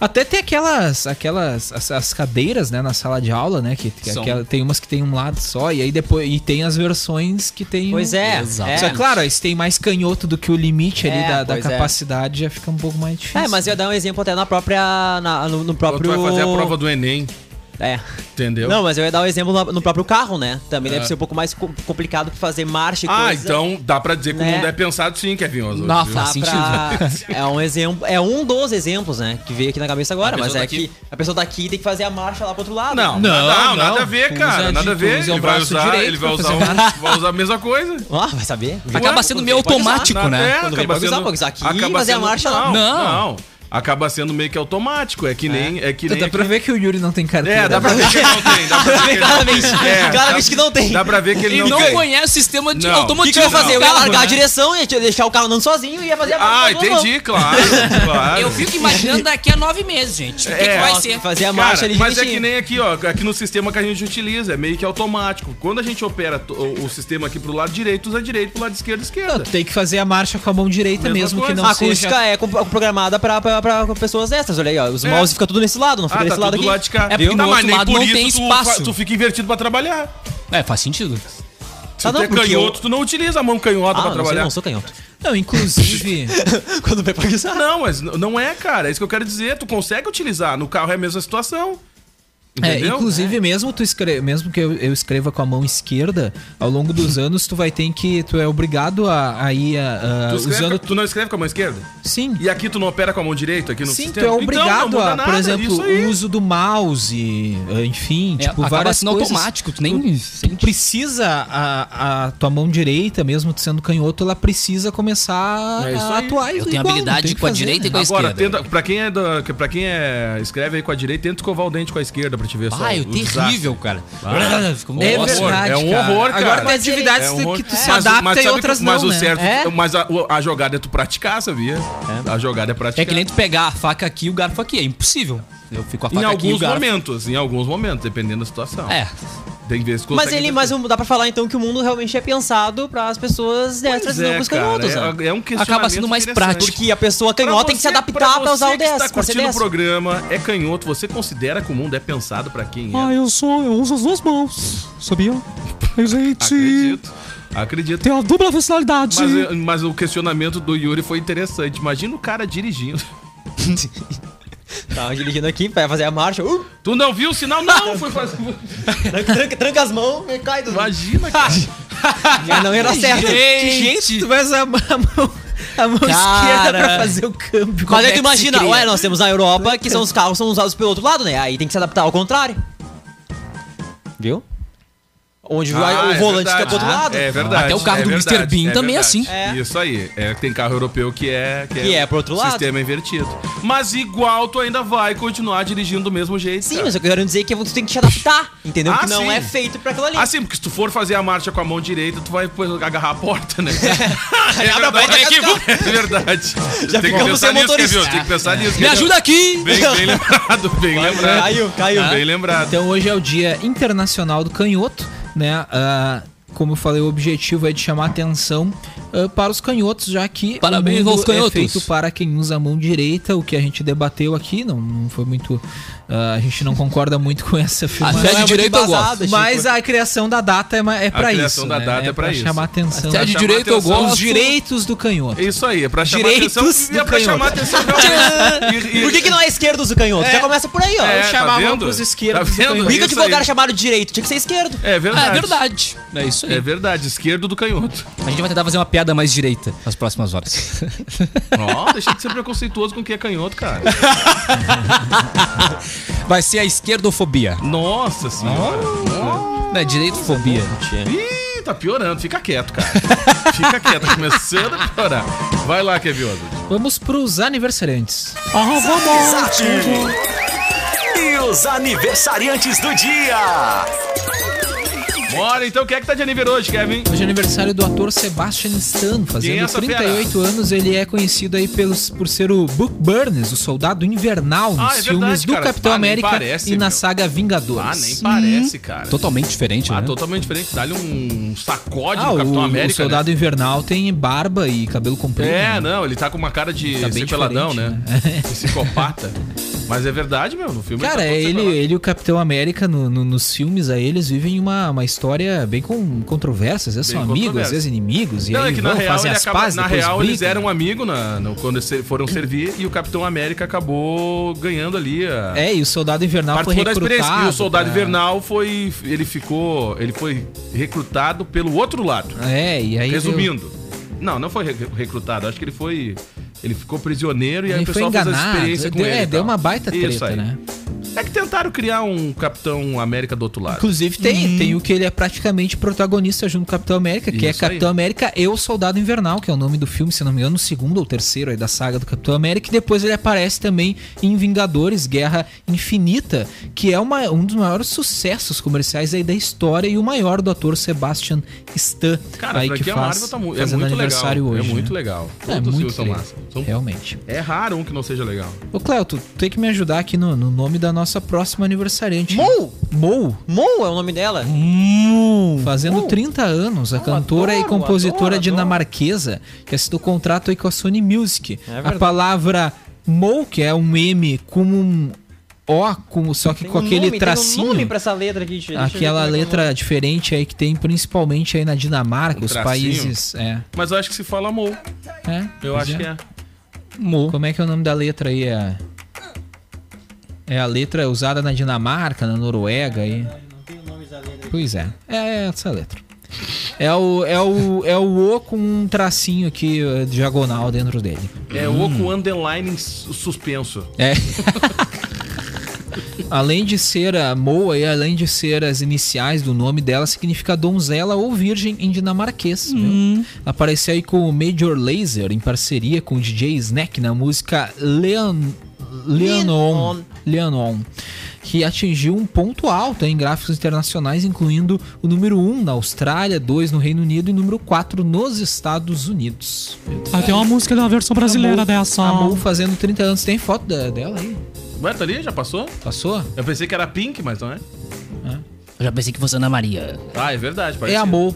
F: Até tem aquelas, aquelas as, as cadeiras, né, na sala de aula, né, que, que
E: São.
F: aquela- tem umas que tem um lado só e aí depois e tem as versões que tem
G: Pois
F: um-
G: é.
E: Exato.
G: é.
F: Só que, claro, se tem mais canhoto do que o limite ali
G: É,
F: da, da
G: pois é.
F: capacidade, já fica um pouco mais difícil.
G: É, mas eu ia dar um exemplo até na própria. na- no, no próprio.
D: Tu vai fazer a prova do Enem,
G: É.
D: entendeu?
G: Não, mas eu ia dar um exemplo no, no próprio carro, né? Também deve ser um pouco mais co- complicado pra fazer marcha e
D: ah,
G: coisa.
D: então dá pra dizer que o
G: Né? Ah,
D: mundo é pensado sim, Kevin Oswald.
E: Não,
D: viu?
G: Dá
E: Faz
G: pra... É um exemplo, é um dos exemplos, né? Que veio aqui na cabeça agora,
E: A
G: mas
E: pessoa
G: é
E: daqui-
G: que a pessoa daqui tem que fazer a marcha lá pro outro lado.
D: Não,
G: né?
D: nada,
F: não.
D: nada a ver,
F: Tu
D: cara.
F: usa de-
D: nada a
F: tu
D: ver.
F: usa o
D: Ele vai
F: braço
D: usar,
F: direito
D: ele vai
F: pra
D: usar,
F: fazer
D: um- vai usar a mesma coisa.
G: Ah, vai saber.
E: Acaba sendo meio
G: Pode usar.
E: automático, né?
D: É,
G: Quando
D: acaba
G: vai usar,
D: sendo-
G: vai usar aqui,
D: acaba
G: fazer a
D: sendo-
G: marcha lá.
D: Não,
E: Não.
D: não. Acaba sendo meio que automático. É que nem. É, que
F: Dá-
D: nem
F: dá pra ver que o Yuri não tem carteira.
D: É, dá pra ver que ele não tem. Dá pra ver que ele não tem.
G: Claramente,
D: É,
G: claramente
D: dá-
G: que não tem.
D: Dá pra ver que ele não,
E: Ele não
D: tem.
E: conhece o sistema de
D: Não.
G: O que, que
E: automatismo.
G: eu ia fazer? Eu ia
E: do carro,
G: largar a
E: né?
G: direção, ia te- deixar o carro andando sozinho e ia fazer a
D: Ah,
G: com a mão.
D: entendi, claro. claro.
E: Eu fico imaginando daqui a nove meses, gente. O que,
D: É.
E: que vai
G: Nossa,
E: ser?
G: Fazer a
D: Cara,
G: marcha ali
D: mas é que
G: direitinho.
D: nem aqui, ó, aqui no sistema que a gente utiliza, é meio que automático. Quando a gente opera to- o, o sistema aqui pro lado direito, usa direito, pro lado esquerdo, esquerda.
F: Tu tem que fazer a marcha com a mão direita
D: Mesma
F: mesmo
D: coisa.
F: que não
G: A
F: seja...
G: acústica é com- programada pra, pra, pra pessoas dessas. Olha aí, ó. Os
D: É.
G: mouse fica tudo nesse lado, não fica
D: Ah,
G: desse
D: tá
G: lado
D: tudo do
G: aqui.
D: lado de cá.
E: É porque
D: Tá, mas
E: no outro
D: nem
E: lado
D: por
E: não
D: isso
E: tem
D: tu
E: espaço.
D: fa- Tu fica invertido pra trabalhar.
E: É, faz sentido.
D: Se
G: Ah,
D: tu
G: não,
D: é
G: porque
D: canhoto, tu não utiliza a mão canhota
G: Ah,
D: pra
G: não, sei,
D: trabalhar.
G: não sou canhoto.
F: Não, inclusive...
G: Quando vai pra guisar.
D: Não, mas n- não é, cara. É isso que eu quero dizer. Tu consegue utilizar. No carro é a mesma situação.
F: É,
D: Entendeu?
F: inclusive, mesmo tu escre... mesmo que eu, eu escreva com a mão esquerda, ao longo dos anos tu vai ter que. Tu é obrigado a, a ir a, a-
D: Tu, escreve
F: usando.
D: com- tu não escreve com a mão esquerda?
F: Sim.
D: E aqui tu não opera com a mão direita? Aqui no
F: Sim, tu
D: sistema?
F: é obrigado
D: Então, não muda
F: a, por
D: nada,
F: exemplo,
D: isso aí.
F: o uso do mouse, eh, enfim,
E: É,
F: tipo,
E: acaba
F: várias
E: sendo
F: coisas.
E: automático, tu nem sente.
F: Precisa a, a tua mão direita, mesmo tu sendo canhoto, ela precisa começar
D: É isso
F: a
D: aí.
F: atuar
E: Eu
F: igual,
E: tenho
F: não
E: habilidade
F: tem o que
E: com a
F: fazer,
E: direita e
F: né?
E: com a
D: Agora,
E: esquerda.
D: tenta, pra, quem é da, pra quem é escreve aí com a direita, tenta escovar o dente com a esquerda pra te ver só.
E: Ai,
D: o
E: o Ah, é terrível, cara. Ah, fica um
F: É
E: negócio.
F: verdade,
D: É um
F: cara.
D: horror, cara.
F: Agora tem atividades
D: É um horror.
F: que tu
D: Mas
F: se
D: o-
F: adapta
D: mas
F: e
D: sabe
F: outras
D: que- mas
F: não,
D: o
F: né?
D: certo,
G: É.
D: Mas a, o- a jogada é tu praticar, sabia? A jogada é praticar.
E: É que nem tu pegar a faca aqui e o garfo aqui. É impossível. Eu fico com a
D: Em
E: faca aqui e o
D: alguns
E: garfo.
D: momentos, em alguns momentos, dependendo da situação.
E: É.
D: Tem vezes que
G: Mas
D: consegue
G: ele,
D: inverter.
G: mas o- dá pra falar então que o mundo realmente é pensado para as pessoas destras
D: Pois
G: e não
D: é,
G: pros
D: cara,
G: canhotos. né?
D: é, é um questionamento
E: Acaba sendo mais
D: interessante.
E: prático.
G: Porque a pessoa canhota tem que se
D: você-
G: adaptar pra usar o
D: Você que
G: 10,
D: está
G: pra ser
D: curtindo um o
G: 10.
D: programa, é canhoto, você considera que o mundo é pensado pra quem é?
F: Ah, eu sou. Eu uso as duas mãos. Sabia? Gente.
D: Acredito. Acredito.
F: Tem uma dupla funcionalidade.
D: Mas, eu- mas o questionamento do Yuri foi interessante. Imagina o cara dirigindo.
G: Tá dirigindo aqui, vai fazer a marcha. Uh,
D: Tu não viu o sinal? Não! Foi fazer...
G: tranca, tranca- tranca as mãos e cai do
D: Imagina, cara.
G: Mas não era certo.
F: Gente, tu vai usar a mão, a mão- a mão
G: Cara.
F: esquerda pra fazer o câmbio.
G: Mas aí
E: é
G: tu
E: que se
G: imagina,
E: cria?
G: ué, nós temos na Europa que são os carros são usados pelo outro lado, né? Aí tem que se adaptar ao contrário. Viu? Onde
D: Ah,
G: o
D: é
G: volante
D: verdade.
G: fica pro outro lado.
D: É verdade.
E: Até o carro
D: é
E: do Mr.
D: verdade,
E: Bean também é assim.
G: É.
D: Isso aí. É, tem carro europeu que é...
G: Que é pro outro lado.
D: Sistema invertido. Mas igual tu ainda vai continuar dirigindo do mesmo jeito.
G: Sim,
D: cara.
G: mas eu quero dizer que você tem que te adaptar, entendeu?
D: Ah,
G: que não
D: sim.
G: é feito pra aquilo ali.
D: Ah, sim, porque se tu for fazer a marcha com a mão direita, tu vai depois agarrar a porta, né? é
G: abre a
D: verdade.
G: porta,
D: Aqui,
G: casca.
D: É verdade.
G: Já
D: Tem que
G: ficamos
D: pensar
G: sem
D: nisso,
G: motorista.
D: Kevin, Tem que pensar nisso.
E: Me
D: Kevin.
E: ajuda aqui!
D: Bem, bem lembrado, bem lembrado.
G: Caiu, caiu.
D: Bem lembrado.
F: Então hoje é o Dia Internacional do Canhoto, né? Ah, como eu falei, o objetivo é de chamar atenção ah, para os canhotos, já que
E: Parabéns
F: o mundo
E: aos
F: é
E: canhotos.
F: feito para quem usa a mão direita, o que a gente debateu aqui, não, não foi muito... ah, a gente não concorda muito com essa
E: A
F: afirmação.
E: fé de
G: muito
E: direito eu
G: embasado,
E: gosto.
F: Mas a criação da data é, ma- é para isso.
D: criação da
F: né?
D: data é pra isso.
F: chamar atenção.
E: Até de
D: chamar
E: direito eu
D: atenção.
E: gosto.
F: Os direitos do canhoto.
D: É Isso aí, é pra chamar
F: Direitos
D: atenção. E é
F: do
D: pra
F: canhoto.
D: chamar atenção realmente. E- e-
G: Por que, que não é esquerdo usa o canhoto? Já começa por aí, ó.
D: É,
G: É,
D: tá
F: chamavam
D: vendo?
F: pros esquerdos do
D: Tá vendo?
F: canhoto.
G: Bico
D: Isso
G: de Ah,
D: aí.
G: vulgar chamado direito, tinha que ser esquerdo.
D: É
E: É
D: verdade.
E: verdade. É isso aí.
D: É verdade, esquerdo do canhoto.
E: A gente vai tentar fazer uma piada mais direita nas próximas horas.
D: Ó, deixa de ser preconceituoso com quem é canhoto, cara.
E: Vai ser a esquerdofobia.
D: Nossa senhora.
E: Não é direitofobia.
D: Ih, tá piorando. Fica quieto, cara. Fica quieto, tá começando a piorar. Vai lá, Kevin Oswald.
F: Vamos pros aniversariantes.
C: E os aniversariantes do dia.
D: Bora, então, quem é que tá de aniversário hoje, Kevin?
F: Hoje é aniversário do ator Sebastian
D: Quem
F: Stan,
D: é
F: fazendo
D: essa fera?
F: 38 anos. Ele é conhecido aí pelos, por ser o Book Burns, o soldado invernal nos
D: Ah, é verdade,
F: filmes do
D: cara.
F: Capitão
D: Ah, nem
F: América
D: parece,
F: e na
D: meu.
F: saga
D: Ah, nem
F: Vingadores.
D: parece, cara.
E: Totalmente diferente,
D: Ah,
E: né?
D: totalmente diferente. Dá-lhe um sacode
F: Ah,
D: no
F: o,
D: Capitão América.
F: o soldado invernal tem barba e cabelo
D: né?
F: comprido.
D: É,
F: né?
D: não, ele tá com uma cara de
F: Tá bem
D: ser peladão, né?
F: diferente,
D: Psicopata. Mas é verdade, meu, no filme
F: Cara,
D: tá todo
F: ele,
D: sequelado.
F: ele e o Capitão América, no- no- nos filmes aí, eles vivem uma, uma história bem com controversa. Às vezes
D: Bem
F: são amigos, às
D: controversa.
F: vezes inimigos. E
D: Não,
F: aí
D: é que na
F: vão,
D: real,
F: fazem
D: ele
F: as
D: acaba,
F: pazes,
D: na
F: depois
D: real eles
F: brigam.
D: eram amigos na, no- quando eles se- foram servir e o Capitão América acabou ganhando ali a,
F: É, e o Soldado Invernal foi
D: Participou da experiência.
F: recrutado. né?
D: E o soldado
F: pra-
D: invernal foi. Ele ficou. Ele foi recrutado pelo outro lado.
F: É, e aí...
D: resumindo. Não, não foi re- recrutado. Acho que ele foi. Ele ficou prisioneiro e aí
F: Ele
D: o
F: foi
D: pessoal fez a
F: enganado,
D: experiência com
F: deu-
D: ele.
F: é,
D: e
F: deu
D: tal.
F: uma baita
D: Isso
F: treta,
D: aí.
F: né?
D: É que tentaram criar um Capitão América do outro lado.
F: Inclusive tem,
D: Uhum.
F: tem o que ele é praticamente protagonista junto com o Capitão América, que é
D: Isso aí.
F: Capitão América e o Soldado Invernal, que é o nome do filme, se não me engano, o segundo ou terceiro aí da saga do Capitão América, e depois ele aparece também em Vingadores Guerra Infinita, que é uma- um dos maiores sucessos comerciais aí da história e o maior do ator Sebastian Stan,
D: Cara,
F: aí
D: a
F: que
D: franquia
F: faz,
D: Marvel tá mu é
F: fazendo
D: muito legal.
F: aniversário hoje.
D: é muito
F: né?
D: legal.
F: É
D: Todos os
F: muito
D: filmes são
F: legal.
D: massa. São-
F: Realmente.
D: É raro um que não seja legal.
F: Ô, Cléo, tu tem que me ajudar aqui no, no nome da nossa próxima aniversariante.
G: Mou!
F: Mou?
G: Mo é o nome dela?
F: Fazendo 30 anos, a cantora e
G: adoro,
F: compositora
G: adoro,
F: dinamarquesa que é assinou contrato aí com a Sony Music.
G: É
F: a
G: verdade.
F: palavra mou, que é um M com um O, com, só que
G: Tem
F: com
G: um
F: aquele
G: nome, Tem um
F: tracinho.
G: nome pra essa letra aqui, deixa- deixa eu ver
F: Aquela
G: como é que é o
F: letra diferente aí que tem principalmente aí na Dinamarca,
D: Um
F: os
D: tracinho?
F: países. É.
D: Mas eu acho que se fala amor.
F: é
D: Eu
F: pois
D: acho que é.
E: Mo.
F: Como é que é o nome da letra aí? É, é a letra usada na Dinamarca, na Noruega aí. Pois é, é essa letra. É o, é o, é o O com um tracinho aqui eh, diagonal dentro dele.
D: É
F: Hum.
D: o Oco Underline su- suspenso.
F: É. além de ser a Moa e além de ser as iniciais do nome dela, significa donzela ou virgem em dinamarquês. viu? Apareceu aí com o Major Laser em parceria com o DJ Snack na música Leon... Leonon. Leonon. Que atingiu um ponto alto em gráficos internacionais, incluindo o número 1 na Austrália, 2 no Reino Unido e número 4 nos Estados Unidos.
H: Ah, tem uma música da versão brasileira dessa.
F: A Mo fazendo 30 anos. Tem foto da- dela aí?
D: Ué, tá ali? Já passou?
F: Passou?
D: Eu pensei que era pink, mas não é.
E: Eu já pensei que fosse Ana Maria.
D: Ah, é verdade.
F: É
D: parece.
F: amor.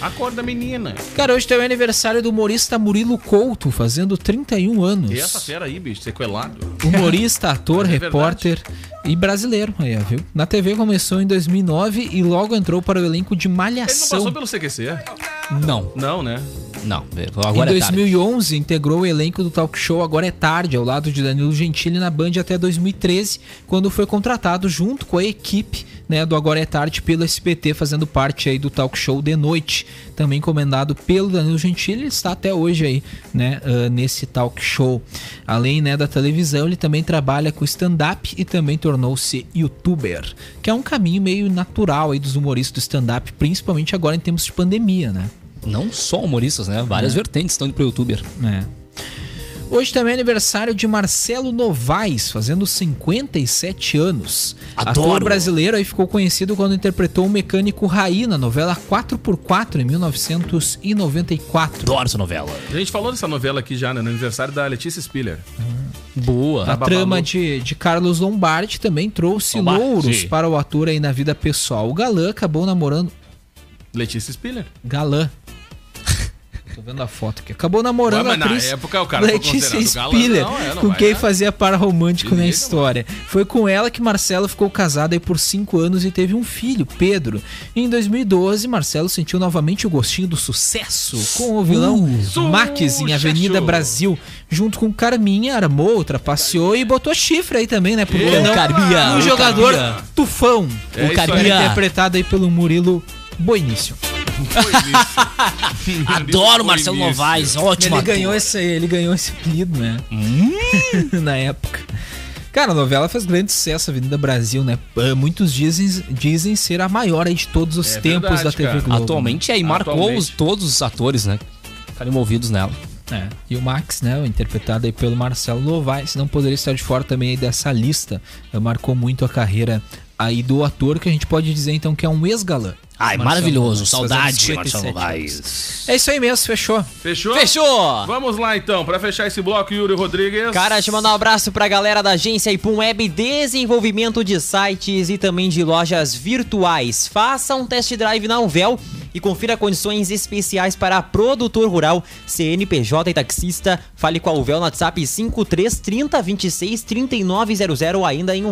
D: Acorda, menina.
F: Cara, hoje tem o aniversário do humorista Murilo Couto, fazendo 31 anos.
D: E essa fera aí, bicho, sequelado.
F: Humorista,
D: É
F: ator,
D: verdade.
F: repórter e brasileiro. Aí, ó, viu? Na TV começou em 2009 e logo entrou para o elenco de
D: Ele não
F: Malhação.
D: passou pelo CQC?
E: Não,
D: Não, né?
E: não. Agora
F: em
E: é tarde.
F: 2011, integrou o elenco do talk show Agora é Tarde, ao lado de Danilo Gentili na Band até 2013, quando foi contratado junto com a equipe né, do Agora é Tarde pelo SBT, fazendo parte aí do talk show de noite, também comandado pelo Danilo Gentili, ele está até hoje aí né, ah, nesse talk show. Além né, da televisão, ele também trabalha com stand-up e também tornou-se youtuber, que é um caminho meio natural aí dos humoristas do stand-up, principalmente agora em tempos de pandemia, né?
E: Não só humoristas, né? Várias vertentes estão indo pro youtuber.
F: É. Hoje também é aniversário de Marcelo Novaes, fazendo 57 anos.
E: Adoro.
F: Ator brasileiro aí ficou conhecido quando interpretou o mecânico Raí na novela 4x4 em 1994.
E: Adoro essa novela.
D: A gente falou dessa novela aqui já, né? No aniversário da Letícia Spiller.
E: Boa.
F: A
D: Babalu.
F: trama de, de Carlos Lombardi também trouxe
E: Lombardi.
F: louros para o ator aí na vida pessoal. O galã acabou namorando
D: Letícia Spiller.
F: Galã. Tô vendo a foto aqui. Acabou namorando
D: Ué,
F: a
D: mas na
F: atriz
D: época o cara foi
F: Letícia
D: considerado galã.
F: Spiller,
D: Não, é, não
F: com
D: vai
F: quem
D: dar.
F: fazia par romântico
D: De
F: na
D: jeito
F: história. Foi com ela que Marcelo ficou casado aí por 5 anos e teve um filho, Pedro. Em 2012, Marcelo sentiu novamente o gostinho do sucesso com o vilão Max em Avenida
D: sucesso.
F: Brasil, junto com Carminha, armou, trapaceou e botou chifre aí também, né? Por que
E: Ô,
F: não?
E: Carminha,
F: no
E: ô,
F: jogador
E: Carminha.
F: Tufão.
D: É
E: o
D: isso aí.
E: Carminha.
F: Interpretado aí pelo Murilo Boinício.
E: Adoro Marcelo
D: Foi isso.
E: Novaes.
F: Ele
E: Ótimo. ator.
F: ganhou, esse, ele ganhou esse apelido, né? Na época. Cara, a novela fez grande sucesso, Avenida Brasil, né? Ah, Muitos dizem, dizem ser a maior aí de todos os
D: É
F: tempos da
D: verdade,
F: TV
D: cara.
F: Globo. né?
E: Atualmente é, e marcou
D: Atualmente.
E: os, todos os atores, né? Ficaram envolvidos nela.
F: É. E o Max, né? Interpretado aí pelo Marcelo Novaes, não poderia estar de fora também aí dessa lista. Ah, Marcou muito a carreira aí do ator, que a gente pode dizer então que é um ex-galã.
E: Ai,
F: Marcelo
E: maravilhoso.
F: Novaes,
E: Saudade,
F: fazendo
E: Marcelo
F: 57
E: Novaes.
F: É isso aí mesmo, fechou.
D: Fechou?
G: é. Fechou!
D: Vamos lá então, pra fechar esse bloco, Yuri Rodrigues.
G: Cara, te mandar um abraço pra galera da agência Ipum Web Desenvolvimento de sites e também de lojas virtuais. Faça um test drive na Unvel e confira condições especiais para produtor rural, CNPJ e taxista. Fale com a Unvel no WhatsApp 5330 26 3900 ou ainda em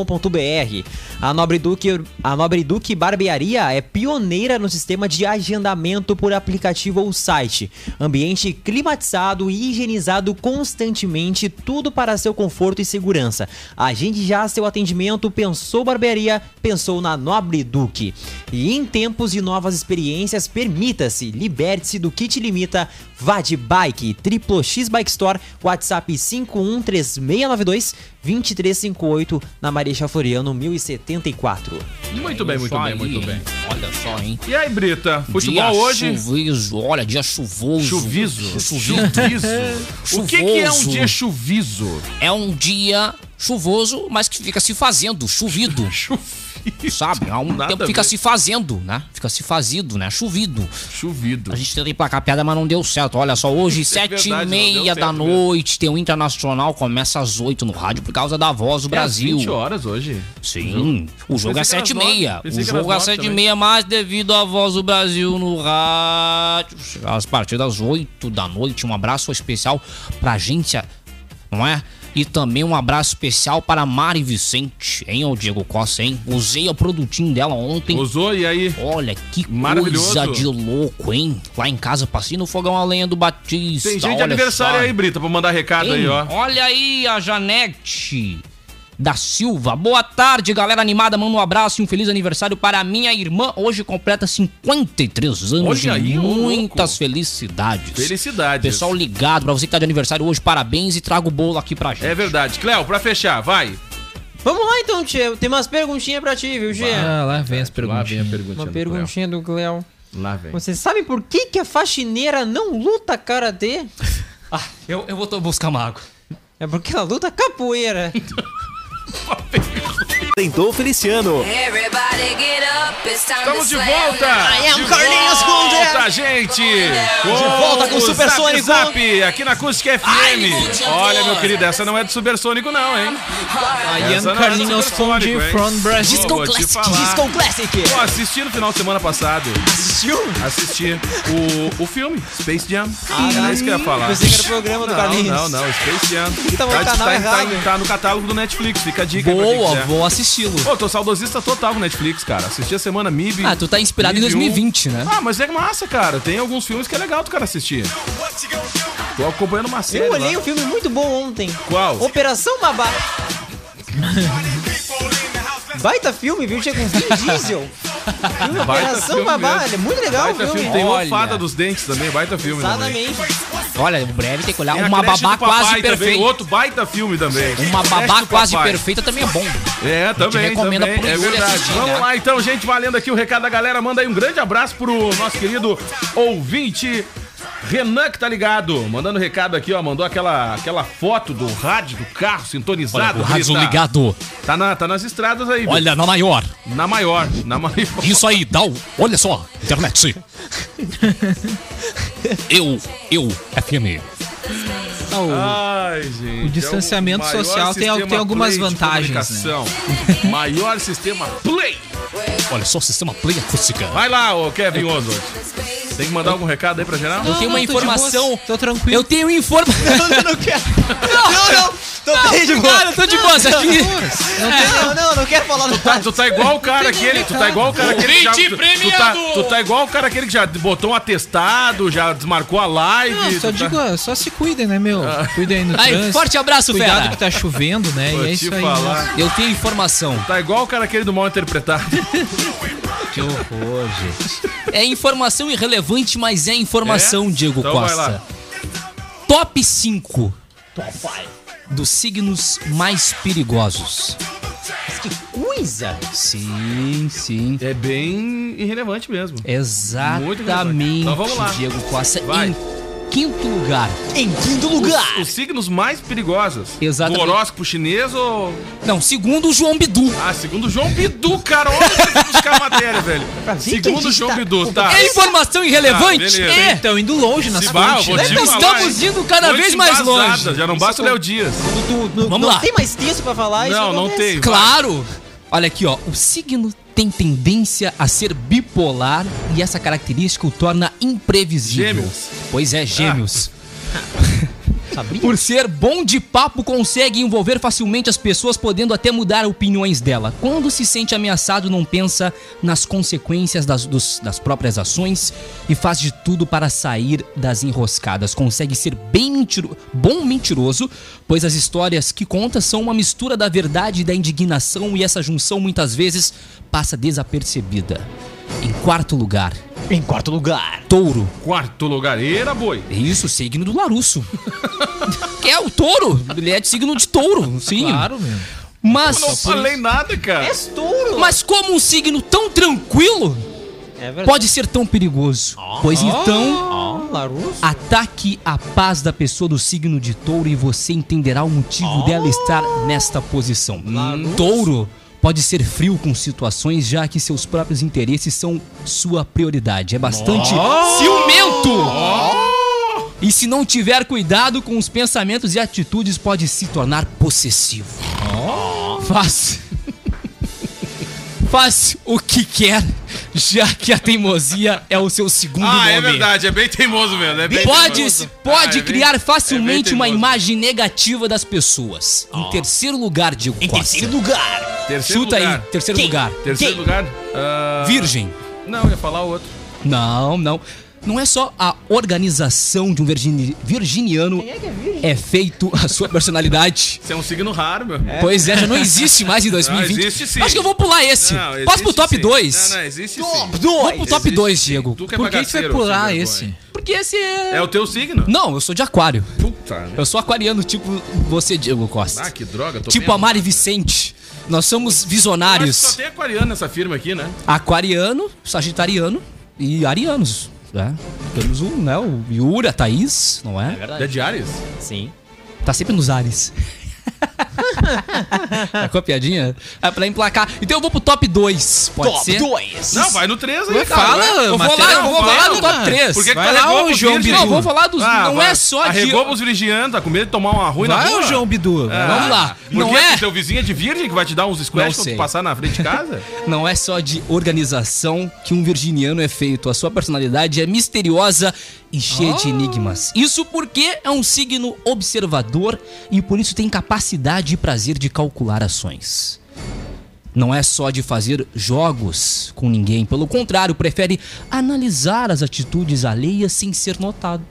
G: unvel.com.br. A Nobre Duque, a Nobre Duque Barbearia é pioneira no sistema de agendamento por aplicativo ou site. Ambiente climatizado e higienizado constantemente, tudo para seu conforto e segurança. Agende já seu atendimento, pensou barbearia, pensou na Nobre Duque. E em tempos de novas experiências, permita-se, liberte-se do que te limita. Vá de bike, Triplo X Bike Store, WhatsApp 513692 2358 na Marechal Floriano 1074.
D: Muito bem, muito
E: Só
D: bem,
E: aí.
D: muito bem.
E: Olha só, hein?
D: E aí, Brita? Futebol
E: dia
D: hoje?
E: Chuviso, olha, dia chuvoso.
D: Chuviso.
E: Chuviso.
D: o que, que é um
E: Chuvoso.
D: dia chuviso?
E: É um dia chuvoso, mas que fica se fazendo, chovido.
D: Chuviso.
E: Sabe? Há um
D: Nada
E: tempo
D: a
E: fica
D: ver.
E: se fazendo, né? Fica se fazido, né? Chovido.
D: Chuvido.
E: A gente tenta emplacar a piada, mas não deu certo. Olha só, hoje, sete e
D: É verdade, não deu
E: meia
D: certo
E: da
D: mesmo.
E: noite, tem o Internacional, começa às oito no rádio por causa da voz do
D: É às
E: Brasil.
D: 20 horas hoje.
E: Sim, o jogo
D: Pensei
E: é
D: que era
E: sete e
D: às nove.
E: meia.
D: Pensei
E: O
D: que era
E: jogo é
D: às nove
E: sete e
D: também.
E: meia, mas devido à voz do Brasil no rádio, as partidas oito da noite, um abraço especial pra agência, não é? E também um abraço especial para Mari Vicente, hein, ô Diego Costa, hein? Usei o produtinho dela ontem.
D: Usou e aí?
E: Olha que
D: Maravilhoso.
E: coisa de louco, hein? Lá em casa passei no fogão a lenha do Batista.
D: Tem gente de
E: olha
D: aniversário
E: só.
D: aí, Brita, pra mandar recado
E: Hein?
D: aí, ó.
E: Olha aí a Janete da Silva. Boa tarde, galera animada. Manda um abraço e um feliz aniversário para a minha irmã. Hoje completa 53 anos.
D: Olha
E: de
D: aí, ô
E: muitas
D: louco.
E: felicidades.
D: Felicidades.
E: Pessoal ligado, pra você que tá de aniversário hoje, parabéns e traga o bolo aqui pra gente.
D: É verdade. Cléo, pra fechar, vai.
G: Vamos lá então, Tia. Tem umas perguntinhas pra ti, viu, Tia?
F: Ah, lá vem as
D: Lá vem a
F: perguntinhas.
D: perguntinha.
G: Uma
D: do
G: perguntinha do Cleo.
D: Cléo. Lá vem.
G: Você sabe por que, que a faxineira não luta karatê?
E: Ah, eu, eu vou to- buscar uma água.
G: É porque ela luta capoeira.
C: Tentou Feliciano.
I: Everybody
D: Estamos de volta!
G: am
D: de
G: Carlinhos Kunze.
D: volta, gente!
G: De volta com o Super
D: Zap
G: Sônico.
D: Zap, aqui na Acústica FM. Olha, meu querido, essa não é do Supersônico, não, hein?
F: A
D: Essa não
F: Young
D: é do
F: Carlinhos
D: Supersônico,
F: Fondue
D: hein?
F: from Brazil.
D: Vou- vou te falar.
G: Disco Classic.
D: Pô, assisti no final de semana passado.
G: Assistiu?
D: Assisti o, o filme, Space Jam. Era Ah, isso que eu ia falar.
G: Ah, Pensei que era o programa do
D: não,
G: Carlinhos.
D: Não, não, Space Jam.
G: Tá no
D: tá,
G: canal
D: tá-
G: errado.
D: tá- tá no catálogo do Netflix, fica a dica aí pra quem
E: Boa,
D: quiser.
E: vou assisti-lo.
D: Pô, tô saudosista total no Netflix, cara. Assisti a semana MIB.
E: Ah, tu tá inspirado em
D: MIB
E: 2020, né?
D: Ah, mas é massa, cara. Tem alguns filmes que é legal tu cara assistir. Tô acompanhando uma série.
G: Eu olhei
D: lá.
G: um filme muito bom ontem.
D: Qual?
G: Operação Babá. Baita filme, viu? Tinha com Vin Diesel. Filme
D: Baita
G: Operação
D: filme
G: Babá.
D: mesmo.
G: É muito legal o
D: Baita
G: filme.
D: filme. Tem
E: Olha.
D: Lofada dos Dentes também, baita filme. Também.
G: Exatamente.
E: Olha, em breve tem que olhar
D: Tem a
E: uma
D: Creche do
E: babá
D: Papai
E: quase
D: também,
E: perfeita.
D: Outro baita filme também.
E: Uma
D: Creche
E: babá
D: do
E: quase
D: Papai.
E: perfeita também é bom.
D: É, também.
E: recomenda
D: também.
E: pro
D: É
E: Yuri
D: verdade.
E: assistir,
D: Vamos
E: né?
D: lá então, gente, valendo aqui o recado da galera. Manda aí um grande abraço pro nosso querido ouvinte. Renan que tá ligado, mandando recado aqui, ó, mandou aquela, aquela foto do rádio do carro sintonizado.
E: Olha, o rádio
D: Brita.
E: ligado.
D: Tá, na, tá nas estradas aí, Brita.
E: Olha, na maior.
D: na maior, na maior.
E: Isso aí, dá o... Olha só, internet. Eu, eu, FM. Tá
F: Ah, o-
D: Ai, gente.
F: O distanciamento
D: é o maior
F: social tem al- tem
D: sistema
F: algumas
D: play de
F: vantagens, né?
D: comunicação. maior sistema play.
E: Olha só, sistema play acústica.
D: Vai lá, ô Kevin Oswald. Tem que mandar algum recado aí pra geral?
E: Eu tenho uma
F: Não, tô de boa,
E: informação.
F: Tô tranquilo.
E: Eu tenho informação.
G: Não, não quero. Não, não. Tô bem de boa.
E: Cara, eu tô de boa, isso aqui.
G: Não, não, não quero falar
D: Tá,
G: nada.
D: tu tá igual o cara aquele, tu tá igual o cara aquele que já, tu, tu, tá, tu tá igual o cara aquele que já botou um atestado, já desmarcou a live.
F: Não, Ah, só
D: tu tá- Ah.
F: digo, ó, só se cuidem, né, meu? Cuidem aí no
E: Aí,
F: trânsito.
E: forte abraço,
F: Cuidado
E: fera.
F: que tá chovendo, né?
D: Vou
F: e é
D: te
F: isso aí.
D: falar.
F: né?
E: Eu tenho informação.
D: Tá igual o cara aquele do mal interpretado.
E: Que horror, gente. É informação irrelevante, mas é informação,
D: É?
E: Diego
D: Então vai
E: Costa.
D: lá.
E: Top 5 dos signos mais perigosos.
G: Coisa.
E: Sim, sim.
D: É bem irrelevante mesmo. relevante.
E: Exatamente,
D: Então vamos lá.
E: Diego Costa.
D: Vai.
E: Em quinto lugar.
G: Em quinto lugar.
D: Os, os signos mais perigosos.
E: Exatamente.
D: Do horóscopo chinês ou...
E: Não, segundo o João Bidu.
D: Ah, segundo o João Bidu, cara. Olha pra buscar a matéria, velho. Segundo o João Bidu, tá. Ah,
E: É informação irrelevante?
D: beleza.
E: é.
F: Então, indo longe nas
D: Se vá, eu
F: fontes,
D: vou
F: né?
D: te
E: Então
D: falar,
E: estamos
D: hein.
E: indo cada
D: Fonte
E: vez mais
D: embasada,
E: longe.
D: Já não basta o Léo Dias.
E: Vamos lá.
G: Tem mais texto pra falar? Isso
D: Não, não é
G: acontece.
D: tem.
E: Claro! Olha aqui, ó. O signo tem tendência a ser bipolar e essa característica o torna imprevisível.
D: Gêmeos.
E: Pois é, gêmeos.
G: Ah.
E: Por ser bom de papo, consegue envolver facilmente as pessoas, podendo até mudar opiniões dela. Quando se sente ameaçado, não pensa nas consequências das, dos- das próprias ações e faz de tudo para sair das enroscadas. Consegue ser bem mentiro, bom mentiroso, pois as histórias que conta são uma mistura da verdade e da indignação, e essa junção muitas vezes passa desapercebida. Em quarto lugar,
G: Em quarto lugar.
E: touro.
D: Quarto lugar. Era boi.
E: É Isso, signo do Larusso. que é o touro. Ele é de signo de touro, sim.
F: Claro, meu.
E: Mas,
D: Não falei nada, cara.
G: És touro.
E: mas como um signo tão tranquilo
G: É verdade.
E: pode ser tão perigoso? Pois então,
G: Ó, Larusso.
E: ataque a paz da pessoa do signo de touro e você entenderá o motivo dela estar nesta posição. Hum, Touro pode ser frio com situações, já que seus próprios interesses são sua prioridade. É bastante ciumento! E se não tiver cuidado com os pensamentos e atitudes, pode se tornar possessivo. Faz. Faz o que quer, já que a teimosia é o seu segundo
D: Ah,
E: nome.
D: é verdade, é bem teimoso mesmo. É bem
E: Pode,
D: teimoso. Ah, é
E: pode
D: bem-
E: criar
D: é bem
E: facilmente uma
D: teimoso.
E: imagem negativa das pessoas. Em terceiro lugar, Diego Costa.
G: lugar.
D: Terceiro
E: Chuta
D: lugar.
E: aí, terceiro
G: Quem?
E: lugar.
D: Terceiro
G: Quem?
D: lugar. ah,
E: Virgem.
D: Não, ia falar outro.
E: Não, não. Não é só a organização de um virgini- virginiano é, feito a sua personalidade.
D: Isso é um signo raro, meu.
E: Pois é, já não existe mais em 2020.
D: existe sim.
E: Acho que eu vou pular esse.
D: Não,
E: Posso pro
D: existe
E: top
D: sim.
E: 2?
D: Não, não, existe
G: Top
D: sim.
E: Vou
G: 2.
E: pro top
D: Existe
E: 2,
D: sim.
E: Diego.
D: Tu que é
F: Por que que você vai
D: bagaceiro, sem
F: pular
D: vergonha.
F: esse?
E: Porque esse é...
D: É o teu signo?
E: Não, eu sou de aquário.
D: Puta.
E: Eu sou aquariano, tipo você, Diego Costa.
D: Ah, que droga. Tô
E: tipo
D: bem-
E: a Mari Vicente. Nós somos
D: Eu acho que Só
E: visionários.
D: tem aquariano nessa firma aqui, né?
E: Aquariano, sagitariano e arianos. Né? Temos o, né, o Yuri, a Thaís, não é?
D: É de Ares?
G: Sim.
E: Tá sempre nos ares. Tá com a piadinha? É pra emplacar. Então eu vou pro top 2, pode ser? Top 2.
D: Não, vai no 3
F: Não
D: aí, cara.
F: fala,
D: vai.
E: Eu vou lá, eu vou lá no top 3.
D: Por que que
F: Vai
D: tu
F: lá,
D: arregou
F: ô,
D: pros
F: João
D: é virgem?
F: Bidu.
E: Não, vou falar dos.
D: Ah,
E: não
D: vai.
E: é só de.
D: Arregou pros virginianos, tá com medo de tomar uma ruim
E: é
D: na
F: Vai,
D: rua?
F: o João Bidu.
D: Ah,
F: vai.
E: Vamos lá.
D: Por
E: Não
D: quê?
E: é,
D: Que teu vizinho é de virgem que vai te dar uns squash
E: Não
D: quando tu
E: sei.
D: passar na frente de casa?
E: não é só de organização que um virginiano é feito. A sua personalidade é misteriosa e cheia de enigmas. Isso porque é um signo observador e por isso tem capacidade e prazer de calcular ações. Não é só de fazer jogos com ninguém, pelo contrário, prefere analisar as atitudes alheias sem ser notado.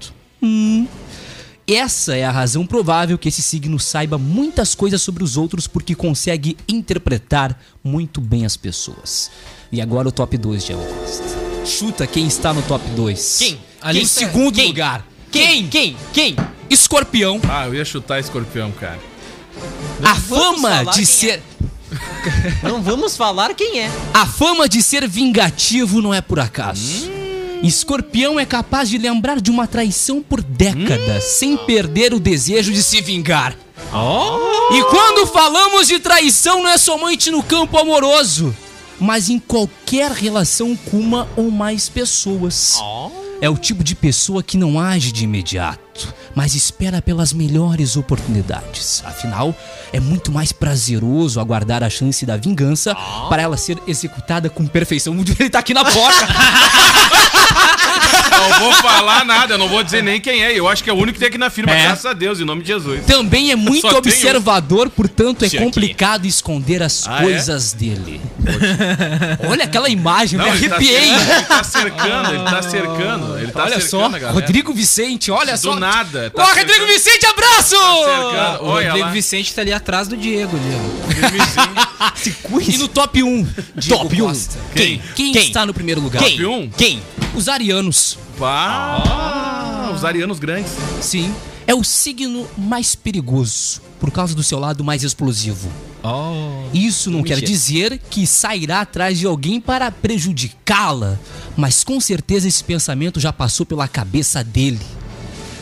E: Essa é a razão provável que esse signo saiba muitas coisas sobre os outros porque consegue interpretar muito bem as pessoas. E agora o top 2 de Elo Costa. Chuta quem está no top 2.
G: Quem?
E: Ali
G: Quem?
E: em segundo
G: Quem?
E: lugar.
G: Quem? Quem? Quem?
E: Escorpião.
D: Ah, eu ia chutar escorpião, cara.
E: A
G: vamos
E: fama
G: falar quem
E: de
G: é.
E: ser
G: Não vamos falar quem é.
E: A fama de ser vingativo não é por acaso. Escorpião é capaz de lembrar de uma traição por décadas, sem perder o desejo de se vingar. E quando falamos de traição, não é somente no campo amoroso, mas em qualquer relação com uma ou mais pessoas. É o tipo de pessoa que não age de imediato, mas espera pelas melhores oportunidades. Afinal, é muito mais prazeroso aguardar a chance da vingança
D: Ah.
E: para ela ser executada com perfeição. Ele tá aqui na porta.
D: Não vou falar nada, eu não vou dizer nem quem é. Eu acho que é o único que tem aqui na firma, graças a Deus, em nome de Jesus.
E: Também é muito
D: Só tem
E: observador, portanto é
D: Esse aqui.
E: complicado esconder as
D: Ah, é?
E: coisas dele. Olha aquela imagem, eu me
D: ele tá
E: arrepiei.
D: cercando, Ele tá cercando, ele tá cercando. Ele tá
E: olha
D: cercando
E: só,
D: a galera.
E: Rodrigo Vicente, olha só.
D: nada,
E: Ó,
D: tá
E: Rodrigo
D: cercando. Tá
E: Vicente, abraço!
D: cercando.
F: O
D: Olha
F: Rodrigo
D: lá.
F: Vicente tá ali atrás do Diego, ali.
E: E no top 1,
G: Top um.
E: Quem? Quem,
G: Quem?
E: está no primeiro lugar?
G: Quem?
D: um?
G: Quem?
E: Os arianos.
D: Pá, os arianos grandes.
E: Sim. É o signo mais perigoso por causa do seu lado mais explosivo.
D: Oh.
E: Isso não quer dizer que sairá atrás de alguém para prejudicá-la, mas com certeza esse pensamento já passou pela cabeça dele.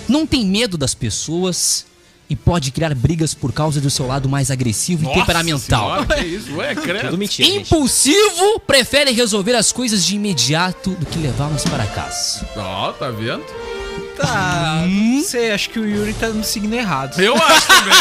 E: Não tem medo das pessoas e pode criar brigas por causa do seu lado mais agressivo e temperamental. É
D: Senhora, que isso? Ué, credo.
G: mentira. gente.
E: Impulsivo, prefere resolver as coisas de imediato do que levá-las para casa.
D: Ó, tá vendo?
F: Tá, não sei, acho que o Yuri tá no signo errado.
D: Eu acho também.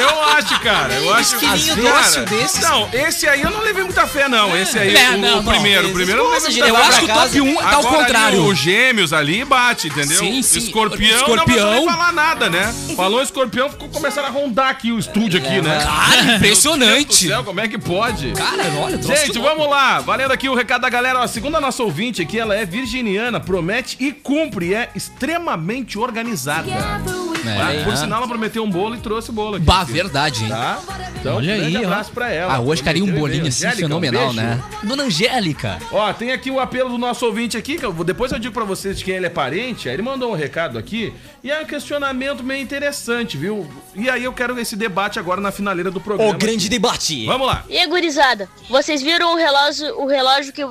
D: Eu acho, cara. Eu acho que
F: esquilinho dócil desses.
D: Não, esse aí eu não levei muita fé, não. Esse aí,
E: É,
D: o,
E: não,
D: o
E: não.
D: primeiro. O primeiro eu não
G: Nossa,
D: levei
G: gente,
D: muita
G: eu
D: fé,
G: acho que o
D: não.
G: top
E: um tá ao
D: Agora ali,
E: contrário.
D: o gêmeos ali bate, entendeu?
E: Sim, sim.
D: Escorpião,
E: Escorpião.
D: não precisa nem falar nada, né? Falou escorpião, ficou começaram a rondar aqui o estúdio aqui, né?
E: Cara,
D: Meu Deus do
E: É. impressionante.
D: céu, como é que pode?
E: Cara, olha, trouxe
D: Gente,
E: tudo.
D: vamos lá. Valendo aqui o recado da galera. Ó, segundo a nossa ouvinte aqui, ela é virginiana, promete e cumpre. E é extremamente organizada. Ah,
E: É.
F: né?
D: Por sinal, ela prometeu um bolo e trouxe o bolo aqui.
E: Bah, verdade, hein?
D: Tá? Então,
F: Olha
D: Olha grande
F: aí, ó.
D: abraço pra ela.
E: Ah, hoje caria um
D: Prometeu e
E: bolinho
D: veio.
E: assim
D: Angélica, um
E: fenomenal,
D: beijo.
E: né? Dona Angélica.
D: Ó, tem aqui o apelo do nosso ouvinte aqui, que eu vou- depois eu digo pra vocês de quem ele é parente. Aí ele mandou um recado aqui. E é um questionamento meio interessante, viu? E aí eu quero esse debate agora na finaleira do programa.
G: O grande debate.
D: Vamos lá.
I: E aí, gurizada, vocês viram o relógio, o relógio que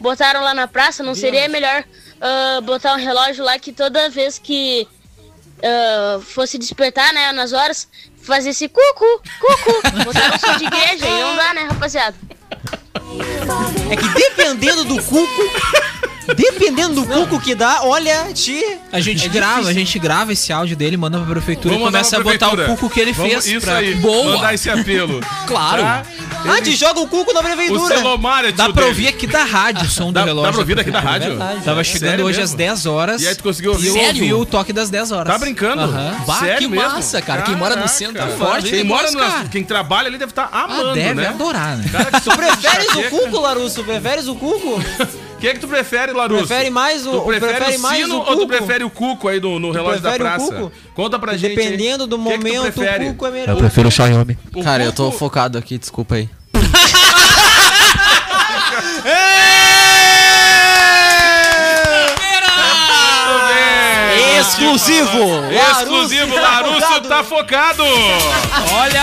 I: botaram lá na praça? Não seria melhor ah, botar um relógio lá que toda vez que ah, fosse despertar, né, nas horas, fazesse cucu, cucu, botar um som de igreja e não dá, né, rapaziada?
G: É que dependendo do cuco. Dependendo do cuco que dá, olha, te.
F: A gente grava, a gente grava esse áudio dele, manda pra prefeitura e
D: Vamos
F: começa a
D: mandar pra
F: botar o
D: prefeitura.
F: cuco que ele
D: Vamos-
F: fez.
D: Isso
F: pra-
D: aí.
E: Boa.
D: Mandar esse apelo.
E: Claro.
D: Tá?
G: Ah, te joga o cuco na
D: O
G: prefeitura.
D: Celomar é tio
F: Dá pra
D: dele.
F: ouvir aqui da rádio o som do
D: Dá,
F: relógio. é
D: dá pra ouvir daqui da rádio? É
F: Tava chegando
D: Sério
F: hoje
D: mesmo?
F: às 10 horas.
D: E aí tu conseguiu ouvir?
F: E eu
E: Sério?
F: ouvi o toque das 10 horas.
D: Tá brincando?
F: Aham.
E: Bah,
D: Sério
E: que
D: mesmo?
E: massa, cara. Quem mora no
D: Caraca.
E: centro é forte,
D: Quem
E: hein,
D: mora
E: negócio,
D: no,
E: cara.
D: quem trabalha ali deve estar amando,
F: Ah, deve
D: né?
F: adorar, né?
D: Cara, que sou
G: Preferes o
D: enxaqueca.
G: cuco, Larusso? Preferes o cuco?
D: O que é que tu prefere, Larusso?
G: Prefere mais o-
D: Tu prefere,
G: prefere
D: o
G: mais
D: sino
G: o
D: ou tu
G: cuco?
D: prefere o cuco aí no, no relógio da
G: prefere o
D: praça?
G: cuco?
D: Conta pra gente. aí.
G: Dependendo do
D: O que é que tu
G: momento,
D: prefere?
G: o cuco é melhor.
E: prefiro o Xiaomi.
D: O
J: Cara, eu tô
D: cuco-
J: focado aqui, desculpa aí.
D: Muito bem.
G: Isso Exclusivo!
D: Exclusivo, Larusso tá focado!
E: Olha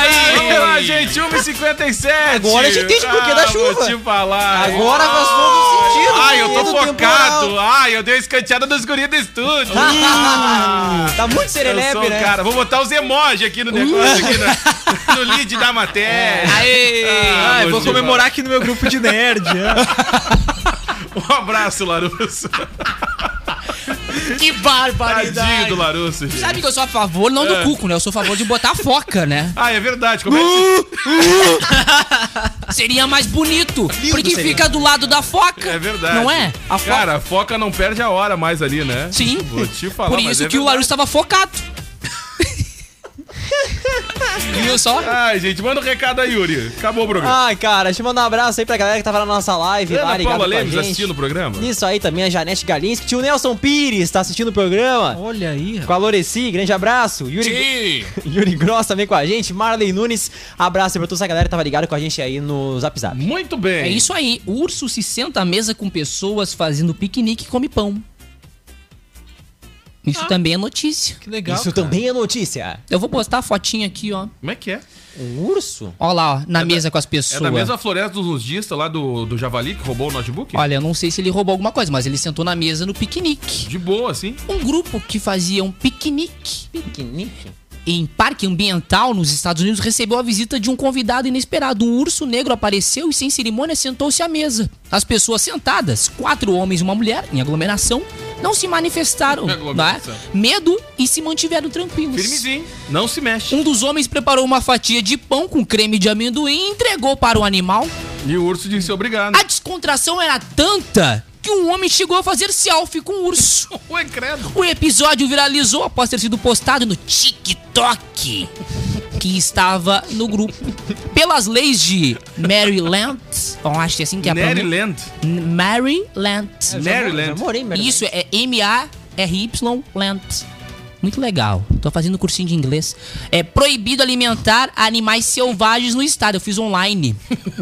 D: Pela
E: aí!
D: gente, 1h57!
G: Agora a gente entende o porquê da chuva.
D: Ah, Vou te falar.
G: Agora faz todo sentido.
D: Ai, eu tô
G: sentido
D: focado! Ai, eu dei uma escanteada dos guris do estúdio!
E: Ah,
G: temporal. Tá muito
D: Eu sou
E: é
G: serelepe,
D: o
G: né?
D: cara, vou botar os emojis aqui no
E: Uh.
D: negócio, aqui na- no, lead da matéria.
E: Aê!
D: é. Ah,
F: Ai, vou
D: te
F: comemorar aqui no meu grupo de nerd. é.
D: falar. Um abraço, Larusso.
E: Que
D: Tadinho
E: barbaridade!
D: do É. Larusso. gente.
E: Sabe que eu sou a favor, não do cuco, né? Eu sou a favor de botar a foca, né?
D: Ah, é verdade. Como é
E: Uh.
D: que
E: Seria mais bonito. porque
G: seria.
E: fica do lado da foca.
D: se... É verdade.
E: Não é? A foca.
D: Cara, a foca não perde a hora mais ali, né?
E: Sim.
D: Vou te falar,
E: Por
D: mas
E: isso
D: é
E: que o
D: verdade.
E: Larusso tava focado. Viu só?
D: Ai, gente, manda um recado aí, Yuri. Acabou o
E: Ah,
D: programa.
G: Ai, cara, deixa eu mandar um abraço aí pra galera que tava na nossa live lá,
D: Ana
G: ligado
D: Paula
G: com a
D: Lemes
G: gente.
D: assistindo o programa?
G: Isso aí também, a Janete Galinski. Tio Nelson Pires tá assistindo o programa.
F: Olha aí,
G: Com a Loreci, grande abraço. Yuri, Yuri Gross também com a gente. Marley Nunes, abraço aí pra toda essa galera que tava ligada com a gente aí no Zap Zap.
D: Muito bem.
E: É isso aí. O urso se senta à mesa com pessoas fazendo piquenique e come pão.
D: Ah.
E: Isso também é notícia.
F: que legal.
G: Isso
F: cara.
G: também é notícia.
E: Eu vou postar a fotinha aqui, ó.
D: Como é que é?
G: Um urso?
E: Ó lá, ó, na mesa com as
D: É
E: pessoas.
D: da mesma floresta dos nudistas lá do, do Javali que roubou o notebook?
E: Olha, eu não sei se ele roubou alguma coisa, mas ele sentou na mesa no piquenique.
D: De boa, assim.
E: Um grupo que fazia um piquenique
G: Piquenique.
E: em parque ambiental nos Estados Unidos recebeu a visita de um convidado inesperado. Um urso negro apareceu e, sem cerimônia, sentou-se à mesa. As pessoas sentadas, quatro homens e uma mulher, em aglomeração, não se manifestaram
D: Em
E: né?
D: aglomeração.
E: medo e se mantiveram tranquilos.
D: Firmezinho. Não se mexe.
E: Um dos homens preparou uma fatia de pão com creme de amendoim e entregou para o animal.
D: E o urso disse obrigado.
E: A descontração era tanta que um homem chegou a fazer selfie com o urso.
D: Ué, credo.
E: O episódio viralizou após ter sido postado no TikTok, que estava no grupo. Pelas leis de Maryland, eu acho que é assim que é a É, pronúncia.
D: Maryland.
E: Maryland.
G: Eu
D: Maryland.
G: morei, em Maryland.
E: Isso é M-A-R-Y Land. Muito legal. Tô fazendo cursinho de inglês. É proibido alimentar animais selvagens no estado. Eu fiz online.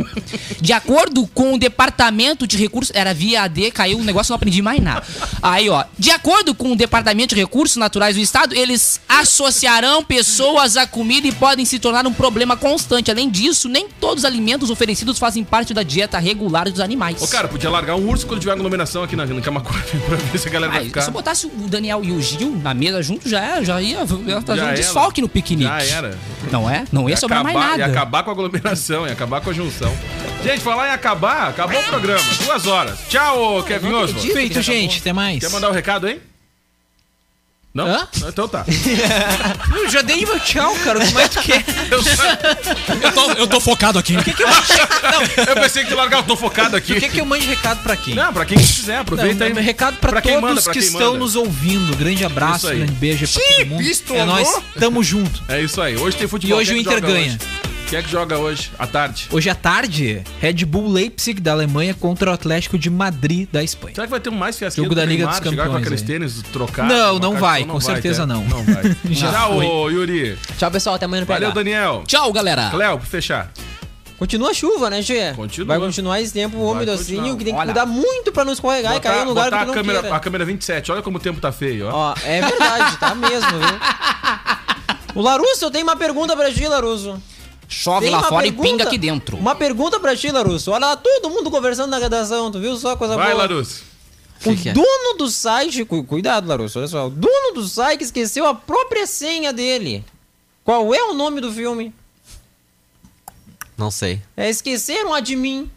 E: De acordo com o Departamento de Recursos. Era via AD, caiu o negócio, não aprendi mais nada. Aí, ó. De acordo com o Departamento de Recursos Naturais do Estado, eles associarão pessoas à comida e podem se tornar um problema constante. Além disso, nem todos os alimentos oferecidos fazem parte da dieta regular dos animais.
D: Ô, cara, podia largar um urso quando tiver aglomeração aqui na, na Camacuã pra ver se a galera
E: Ah,
D: vai
E: se
D: ficar.
E: eu botasse o Daniel e o Gil na mesa junto, já era, já ia já trazer um
D: era.
E: desfalque no piquenique.
D: Já era.
E: Não é? Não ia sobrar
D: acabar,
E: mais
D: Ia
E: nada.
D: acabar com a aglomeração, ia acabar com a junção. Gente, falar em acabar, acabou o programa. Duas horas. Tchau, Kevin Oswald.
F: Feito, gente. Até mais.
D: Quer mandar um recado, hein? Não?
F: Hã?
D: Então tá.
F: Eu já dei meu tchau, cara. Como é que tu quer?
D: Eu, só-
H: Eu tô, eu tô focado aqui.
D: eu pensei que tu largar, eu tô focado
F: Por
D: aqui.
F: que, que eu mande recado pra quem?
D: Não, pra quem quiser, aproveita
F: Não,
D: aí.
F: não, recado pra,
D: pra quem
F: todos
D: manda, pra
F: que
D: quem
F: estão
D: manda.
F: nos ouvindo. Grande abraço,
D: Isso aí.
F: grande beijo pra todo mundo. é nós, tamo junto.
D: É isso aí. Hoje tem futebol.
F: E hoje
D: Quem é que
F: o Inter
D: joga
F: ganha.
D: hoje? Quem é que joga hoje, à tarde?
F: Hoje à tarde, Red Bull Leipzig da Alemanha contra o Atlético de Madrid da Espanha.
D: Será que vai ter um mais fiasquinho
F: Jogo da
D: o
F: Liga
D: Neymar
F: dos
D: chegar com
F: Campeões,
D: aqueles
F: aí.
D: tênis trocados?
F: Não,
D: uma
F: não
D: cartão,
F: vai, com
D: vai,
F: certeza
D: né?
F: não.
D: Não vai.
F: Já
D: Tchau,
F: foi.
D: ô, Yuri.
G: Tchau, pessoal. Até amanhã no
D: Valeu,
G: PH.
D: Daniel.
E: Tchau, galera.
D: Cléo, pra fechar.
G: Continua a chuva, né, Gê?
D: Continua.
G: Vai continuar esse tempo úmido assim,
D: continuar.
G: o que tem que
D: Olha.
G: cuidar muito pra não escorregar e
F: um
G: cair no lugar que
D: botar
G: tu não
D: a, câmera,
G: queira.
D: a câmera 27, olha como o tempo tá feio, ó.
G: Ó, é verdade, tá mesmo, viu? O Larusso, eu tenho uma pergunta pra ti, Larusso.
E: Chove
G: Tem
E: lá
G: uma
E: fora
G: pergunta-
E: e pinga aqui dentro.
G: Uma pergunta pra ti, Larusso. Olha lá, todo mundo conversando na redação, tu viu só
F: tá
G: coisa
D: vai,
G: boa?
D: Larus.
G: O
J: é?
G: dono do site... cu- Cuidado, Larusso, olha só. O dono do site esqueceu a própria senha dele. Qual é o nome do filme?
J: Não sei.
G: É Esqueceram a de mim.